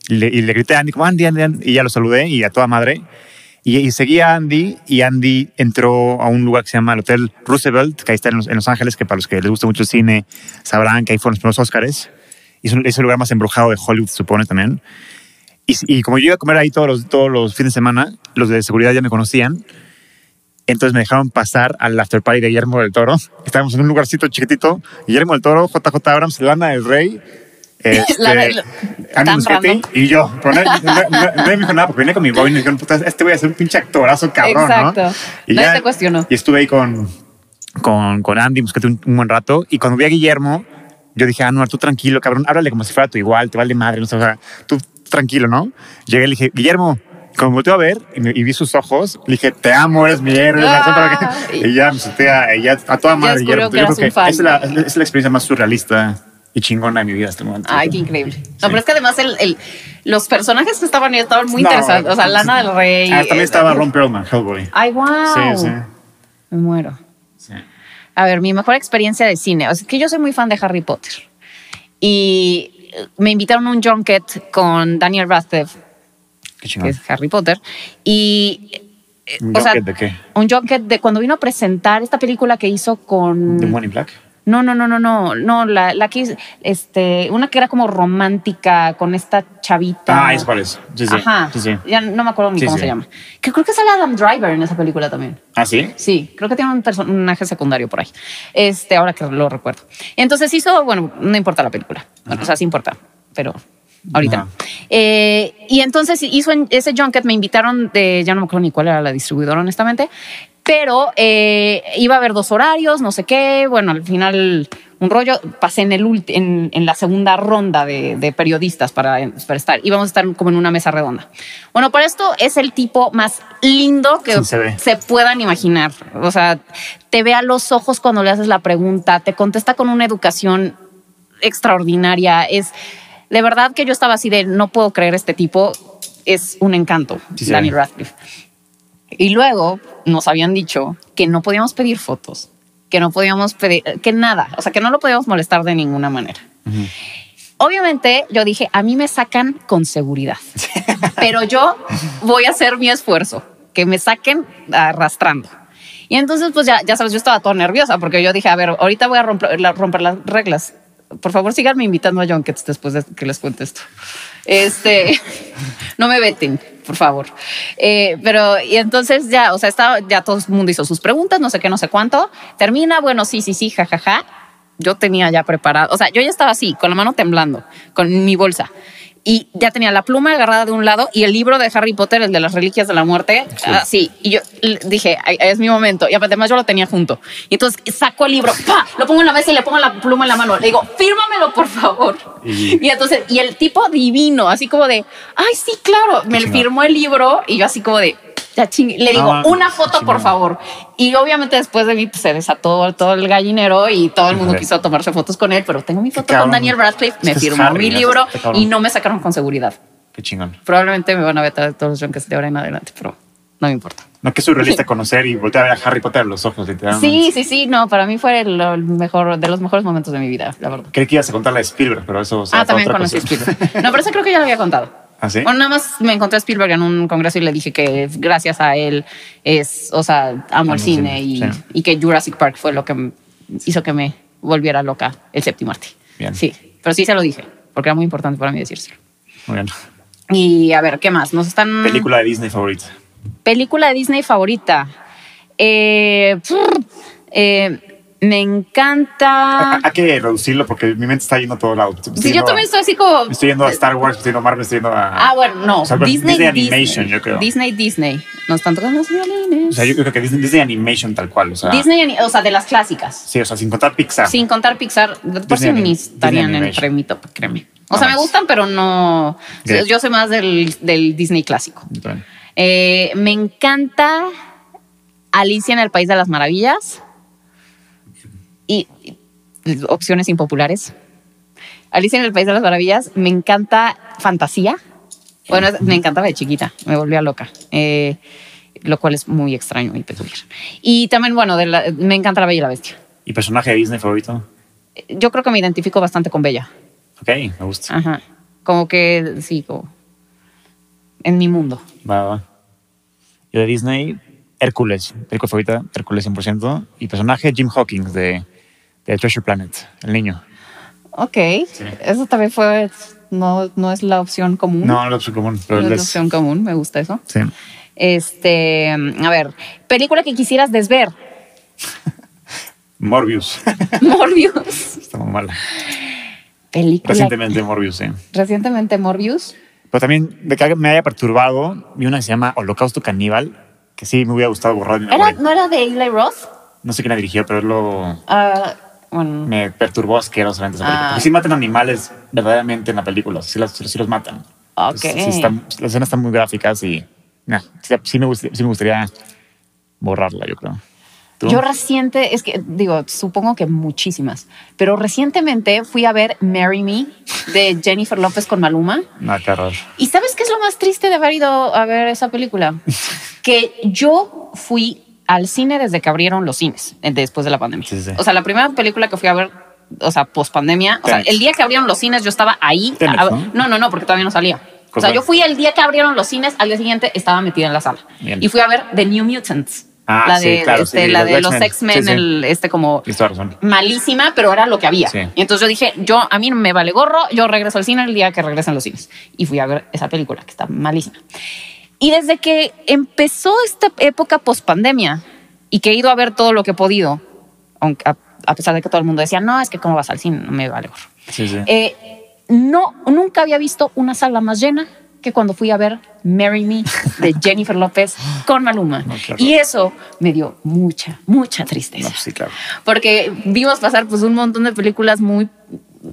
y le, y le grité a Andy, como Andy, Andy, Andy", y ya lo saludé y a toda madre. Y, y seguí a Andy y Andy entró a un lugar que se llama el Hotel Roosevelt, que ahí está en Los, en Los Ángeles, que para los que les gusta mucho el cine sabrán que ahí fueron los primeros Óscares. Y Es, un- es el lugar más embrujado de Hollywood, supone también. Y, si- y como yo iba a comer ahí todos los, todos los fines de semana, los de seguridad ya me conocían. Entonces me dejaron pasar al after party de Guillermo del Toro. Estábamos en un lugarcito chiquitito. Guillermo del Toro, JJ Abrams, Lana del Rey. Este, Lana del- Andy tan Muschietti random. y yo. Pero no, no- no- nadie me dijo nada porque venía con mi boina y dijeron, puta, este voy a ser un pinche actorazo cabrón, ¿no? Exacto. Nadie te cuestionó. Y estuve ahí con, con, con Andy Muschietti un, un buen rato. Y cuando vi a Guillermo, yo dije, ah, no, tú tranquilo, cabrón, háblale como si fuera tu igual, te vale madre, no sé, o sea, tú tranquilo, ¿no? Llegué y le dije, Guillermo, cuando me volteó a ver y, me- y vi sus ojos, le dije, te amo, eres mi héroe. Ah, razón para que- y- y ya me senté a, y ya a toda Ya madre. descubrió Guillermo. que Yo eras creo un fan. es la, es la experiencia más surrealista y chingona de mi vida hasta el momento. Ay, qué increíble. No, pero es que además el, el- los personajes que estaban ahí estaban muy No, interesantes. O sea, Lana del Rey. Ah, también eh, estaba Ron Perlman, Hellboy. Ay, wow. Sí, sí, Me muero. sí. A ver, mi mejor experiencia de cine. O sea, es que yo soy muy fan de Harry Potter. Y eh, me invitaron a un junket con Daniel Radcliffe, Qué que chingón. es Harry Potter. Y. eh, Ah. ¿Un o sea, junket de qué? Un junket de cuando vino a presentar esta película que hizo con. ¿De Money Black? No, no, no, no, no, no, la, la que, hizo- este, una que era como romántica con esta chavita. Ah, es cuál es. Sí, sí. Ajá. Sí, sí. Ya no me acuerdo ni Sí, cómo sí. se llama. Que creo que sale Adam Driver en esa película también. ¿Ah, sí? Sí, creo que tiene un personaje secundario por ahí. Este, ahora que lo recuerdo. Entonces hizo, bueno, no importa la película. Bueno, o sea, sí importa, pero ahorita Ajá. no. Eh, y entonces hizo en ese junket, me invitaron de, ya no me acuerdo ni cuál era la distribuidora, honestamente, pero eh, iba a haber dos horarios, no sé qué. Bueno, al final un rollo, pasé en, el ulti- en, en la segunda ronda de, de periodistas para, para estar, íbamos a estar como en una mesa redonda. Bueno, para esto es el tipo más lindo que Sí, se ve. se puedan imaginar. O sea, te ve a los ojos cuando le haces la pregunta, te contesta con una educación extraordinaria. Es de verdad que yo estaba así de no puedo creer este tipo. es un encanto, Sí, sí. Daniel Radcliffe. Y luego nos habían dicho que no podíamos pedir fotos, que no podíamos pedir, que nada, o sea, que no lo podíamos molestar de ninguna manera. Ujú. Obviamente yo dije, a mí me sacan con seguridad, pero yo voy a hacer mi esfuerzo, que me saquen arrastrando. Y entonces, pues ya, ya sabes, yo estaba toda nerviosa porque yo dije, a ver, ahorita voy a romper, la- romper las reglas. Por favor, síganme invitando a Junkets después de que les cuente esto. Este, no me veten, por favor. Eh, pero, y entonces ya, o sea, estaba, ya todo el mundo hizo sus preguntas, no sé qué, no sé cuánto. Termina, bueno, sí, sí, sí, jajaja. Yo tenía ya preparado, o sea, yo ya estaba así, con la mano temblando, con mi bolsa. Y ya tenía la pluma agarrada de un lado y el libro de Harry Potter, el de las reliquias de la muerte, ah, así. Y yo l- dije, "Ay, es mi momento. Y además yo lo tenía junto. Y entonces saco el libro, ¡pa! lo pongo en la mesa y le pongo la pluma en la mano. Le digo, fírmamelo, por favor. Y- Y entonces, y el tipo divino, así como de, ay, sí, claro, me chingón. firmó el libro y yo así como de, ya ching-". le digo, mames, una qué foto, por chingón. favor. Y obviamente después de mí pues, se desató todo el gallinero y todo el mundo Híjole. quiso tomarse fotos con él, pero tengo mi foto cabrón. con Daniel Radcliffe, Es me que es firmó Harry, mi está- libro está cabrón. y no me sacaron con seguridad. Qué chingón. Probablemente me van a vetar todos los junkets de ahora en adelante, pero no me importa. No, que es surrealista conocer y voltear a ver a Harry Potter a los ojos, literalmente. Sí, sí, sí, no, para mí fue el, el mejor, de los mejores momentos de mi vida, la verdad. Creí que ibas a contar la de Spielberg, pero eso será Ah, para también otra conocí a ocasión. Spielberg. No, pero eso creo que ya lo había contado. ¿Ah, sí? Bueno, nada más me encontré a Spielberg en un congreso y le dije que gracias a él es, o sea, amo, el cine, y, sí. y que Jurassic Park fue lo que m- hizo que me volviera loca el séptimo arte. Bien. Sí, pero sí se lo dije, porque era muy importante para mí decírselo. Muy bien. Y a ver, ¿qué más? Nos están... Película de Disney favorita. Película de Disney favorita. Eh, pff, eh, me encanta... Ha- Hay que reducirlo porque mi mente está yendo a todo lado. Estoy Ah. Sí, yo yendo a- también estoy así como... me Estoy yendo a Star Wars, estoy yendo a Marvel, estoy yendo a. Ah, bueno, no. O sea, pero Disney, Disney Disney, Animation, yo creo. Disney, Disney. Nos están tocando los violines. O sea, yo creo que Disney, Disney Animation tal cual. O sea, Disney, ani- o sea, de las clásicas. Sí, o sea, sin contar Pixar. Sin contar Pixar, de por si Disney ni anim- estarían Disney en el Animation. premio top, créeme. O sea, Ah, me sí. gustan, pero no. Ok. Yo soy más del, del Disney clásico. Yo también. Eh, me encanta Alicia en el País de las Maravillas. Y, y opciones impopulares. Alicia en el País de las Maravillas. Me encanta Fantasía. Bueno, es- me encantaba de chiquita. Me volvía loca. Eh, lo cual es muy extraño y peculiar. Y también, bueno, de la- me encanta La Bella y la Bestia. ¿Y personaje de Disney favorito? Yo creo que me identifico bastante con Bella. Ok, me gusta. Ajá. Como que, sí, como en mi mundo. Va, va. Yo de Disney, Hércules. Película favorita, Hércules 100%. Y personaje, Jim Hawkins de, de Treasure Planet, el niño. Ok, eso también fue, no, no es la opción común. No, no lo opción común. No Pero es la les- opción común, me gusta eso. Sí. Este, a ver, película que quisieras desver, Morbius. Morbius. Está muy mala. Película. Recientemente Morbius, sí. Recientemente Morbius. Pero también, de que me haya perturbado, vi una que se llama Holocausto Caníbal, que sí me hubiera gustado borrar de mi ¿Era, memoria. ¿No era de Eli Roth? No sé quién la dirigió, pero lo, Ah, bueno, me perturbó asquerosamente esa película. Ah. Porque sí matan animales verdaderamente en la película. Sí, las- sí los matan. Ok. Entonces, sí están- las escenas están muy gráficas y... nah, sí, sí me, gust- sí me gustaría borrarla, yo creo. ¿Tú? yo reciente, es que digo, supongo que muchísimas, pero recientemente fui a ver Marry Me de Jennifer López con Maluma. No, qué horror. ¿Y sabes qué es lo más triste de haber ido a ver esa película? que yo fui al cine desde que abrieron los cines, eh, después de la pandemia. Sí, sí. O sea, la primera película que fui a ver, o sea, post pandemia, o sea, Tenet. el día que abrieron los cines yo estaba ahí. Tenet, A- a- ¿no? ¿no? no, no, porque todavía no salía. O sea, Correcto. yo fui el día que abrieron los cines, al día siguiente estaba metida en la sala. Bien. Y fui a ver The New Mutants. Ah, la sí, de, claro, este, sí, la los de los X-Men. X-Men, Sí, sí. el- este como Tienes toda la razón. malísima, pero era lo que había. Sí. Y entonces yo dije, yo a mí no me vale gorro, yo regreso al cine el día que regresen los cines. Y fui a ver esa película que está malísima. Y desde que empezó esta época post pandemia y que he ido a ver todo lo que he podido, aunque a, a pesar de que todo el mundo decía, no, es que cómo vas al cine, no me vale gorro. Sí, sí. Eh, no, nunca había visto una sala más llena que cuando fui a ver Marry Me de Jennifer López con Maluma. No, qué horror. y eso me dio mucha, mucha tristeza No, pues sí, claro. porque vimos pasar pues un montón de películas muy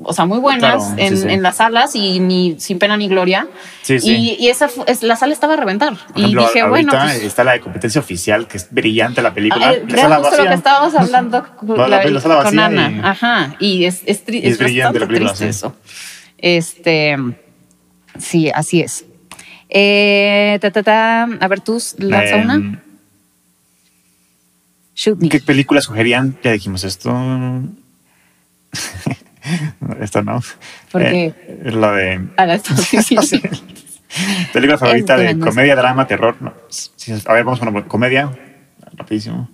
o sea, muy buenas Claro, sí, en, sí. en las salas y ni sin pena ni gloria. Sí, sí. Y, y esa fu- es, la sala estaba a reventar. Por Y ejemplo, dije, ahorita bueno, pues, está la de competencia oficial, que es brillante la película. ah, La era sala justo lo vacía. que estábamos hablando con, la- la- la sala con vacía Ana. y- Ajá. Y es, es, tri- Y es es bastante brillante la película, triste sí. eso. Este, sí, así es. Eh, ta, ta, ta. A ver, tú lanza Eh, una. Shoot me. ¿Qué películas sugerían? Ya dijimos esto. esto no. ¿Por Eh, la de. A Ah, la sí, sí, sí. Película favorita de plan, no sé. comedia, drama, terror. no. Sí, a ver, vamos con una comedia. Rapidísimo.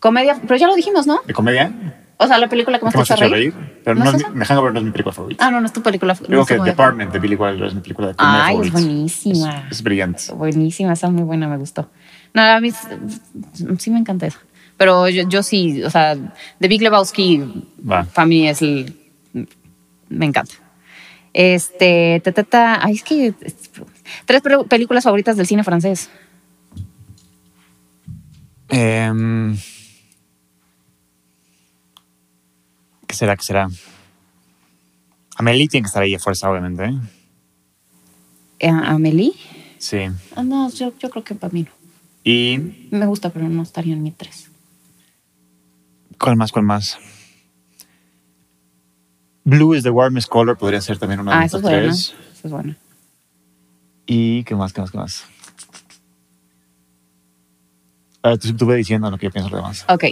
Comedia, pero ya lo dijimos, ¿no? ¿De comedia? o sea, la película que más ¿Qué te más hace te reír. reír? Pero ¿No no, es es esa? mi- me Hangover no es mi película favorita. Ah, no, no es tu película. no Digo es que como de- Department de Billy Wilder es mi película de comedia Ay, es favorita. buenísima. Es, es brillante. Buenísima, esa es muy buena, me gustó. No, a mí s- sí me encanta esa. Pero yo, yo sí, o sea, The Big Lebowski Va. para mí es el... Me encanta. Este, ta, ta, ta, ay, es que... es- tres pre- películas favoritas del cine francés. Em, ¿Qué será? ¿Qué será? Amelie tiene que estar ahí a fuerza, obviamente. ¿eh? Eh, ¿Amélie? Sí. Ah, no, yo, yo creo que para mí no. ¿Y Me gusta, pero no estaría en mi tres. cuál más? ¿Cuál más? Blue is the warmest color podría ser también una ah, de eso esas es bueno. tres. Eso es bueno. ¿Y qué más? ¿Qué más? ¿Qué más? Ah, tú, tú ve diciendo lo que yo pienso lo demás. Ok.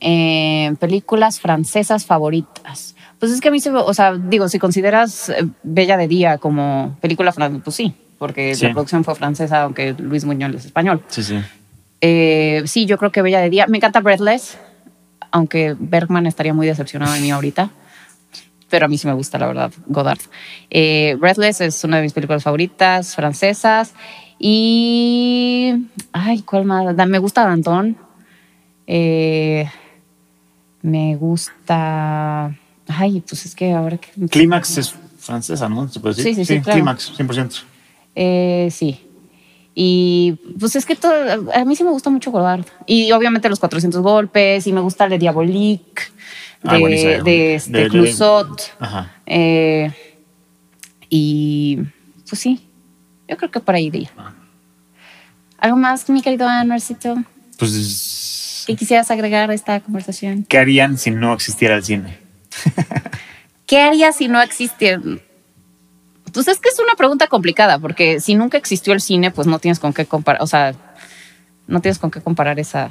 Eh, películas francesas favoritas. Pues es que a mí se me- o sea, digo, si consideras eh, Bella de Día como película francesa, pues sí, porque Sí. la producción fue francesa, aunque Luis Muñoz es español. Sí, sí. Eh, sí, yo creo que Bella de Día. Me encanta Breathless, aunque Bergman estaría muy decepcionado de mí ahorita. Pero a mí sí me gusta, la verdad, Godard. Eh, Breathless es una de mis películas favoritas, francesas. Y. Ay, ¿cuál más? Da- Me gusta Danton. Eh, me gusta. Ay, pues es que ahora que. Clímax es francesa, ¿no? ¿Se puede decir? Sí, sí, sí, claro. Clímax, 100%. Eh, sí. Y pues es que todo, a mí sí me gusta mucho Godard. Y obviamente los 400 golpes, y me gusta Le Diabolique, de, Ah, buenísimo, de, de- Ah. este, de- de- Clusot. Ajá. eh, y pues sí, yo creo que por ahí diría. Ah. ¿Algo más, mi querido Anuarcito, Pues, que quisieras agregar a esta conversación? ¿qué harían si no existiera el cine? ¿Qué harías si no existiera? Pues es que es una pregunta complicada, porque si nunca existió el cine, pues no tienes con qué comparar, o sea, no tienes con qué comparar esa,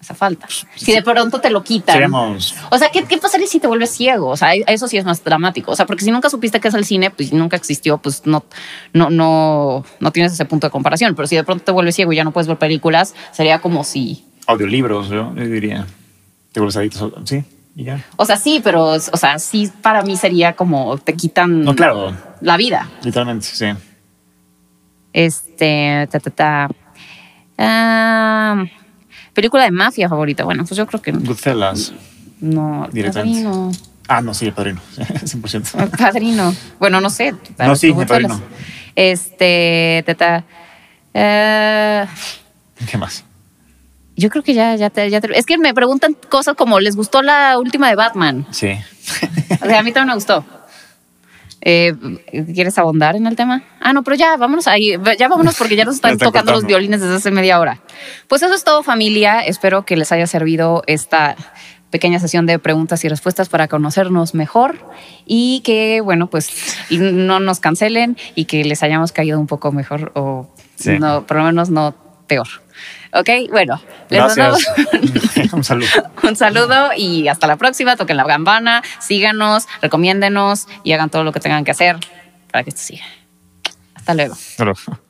esa falta. Si de pronto te lo quitan. Seríamos O sea, ¿qué, ¿qué pasaría si te vuelves ciego? O sea, eso sí es más dramático. O sea, porque si nunca supiste qué es el cine, pues nunca existió, pues no, no, no, no tienes ese punto de comparación. Pero si de pronto te vuelves ciego y ya no puedes ver películas, sería como si... audiolibros, yo, yo diría. Te vuelves adicto, so- sí, y ya. O sea, sí, pero, o sea, sí para mí sería como te quitan No, claro, la vida. literalmente, sí. Este, ta, ta, ta. Ah, película de mafia favorita. Bueno, pues yo creo que Goodfellas. no. Directamente. Padrino. Ah, no, sí, el padrino, 100%. El Padrino. Bueno, no sé. No, sí, tú El Padrino. suelas. Este, ta, ta. Ah, ¿Qué más? yo creo que ya, ya, te, ya te- Es que me preguntan cosas como, ¿les gustó la última de Batman? Sí. O sea, a mí también me gustó. Eh, ¿Quieres abondar en el tema? Ah, no, pero ya, vámonos ahí. Ya vámonos porque ya nos están, Ya están tocando los cortando. violines desde hace media hora. Pues eso es todo, familia. Espero que les haya servido esta pequeña sesión de preguntas y respuestas para conocernos mejor y que, bueno, pues no nos cancelen y que les hayamos caído un poco mejor o Sí. no, por lo menos no peor. Ok, bueno, les Gracias. mandamos- Un saludo. un saludo y hasta la próxima. Toquen la gambana, síganos, recomiéndenos y hagan todo lo que tengan que hacer para que esto siga. Hasta luego. Hasta luego.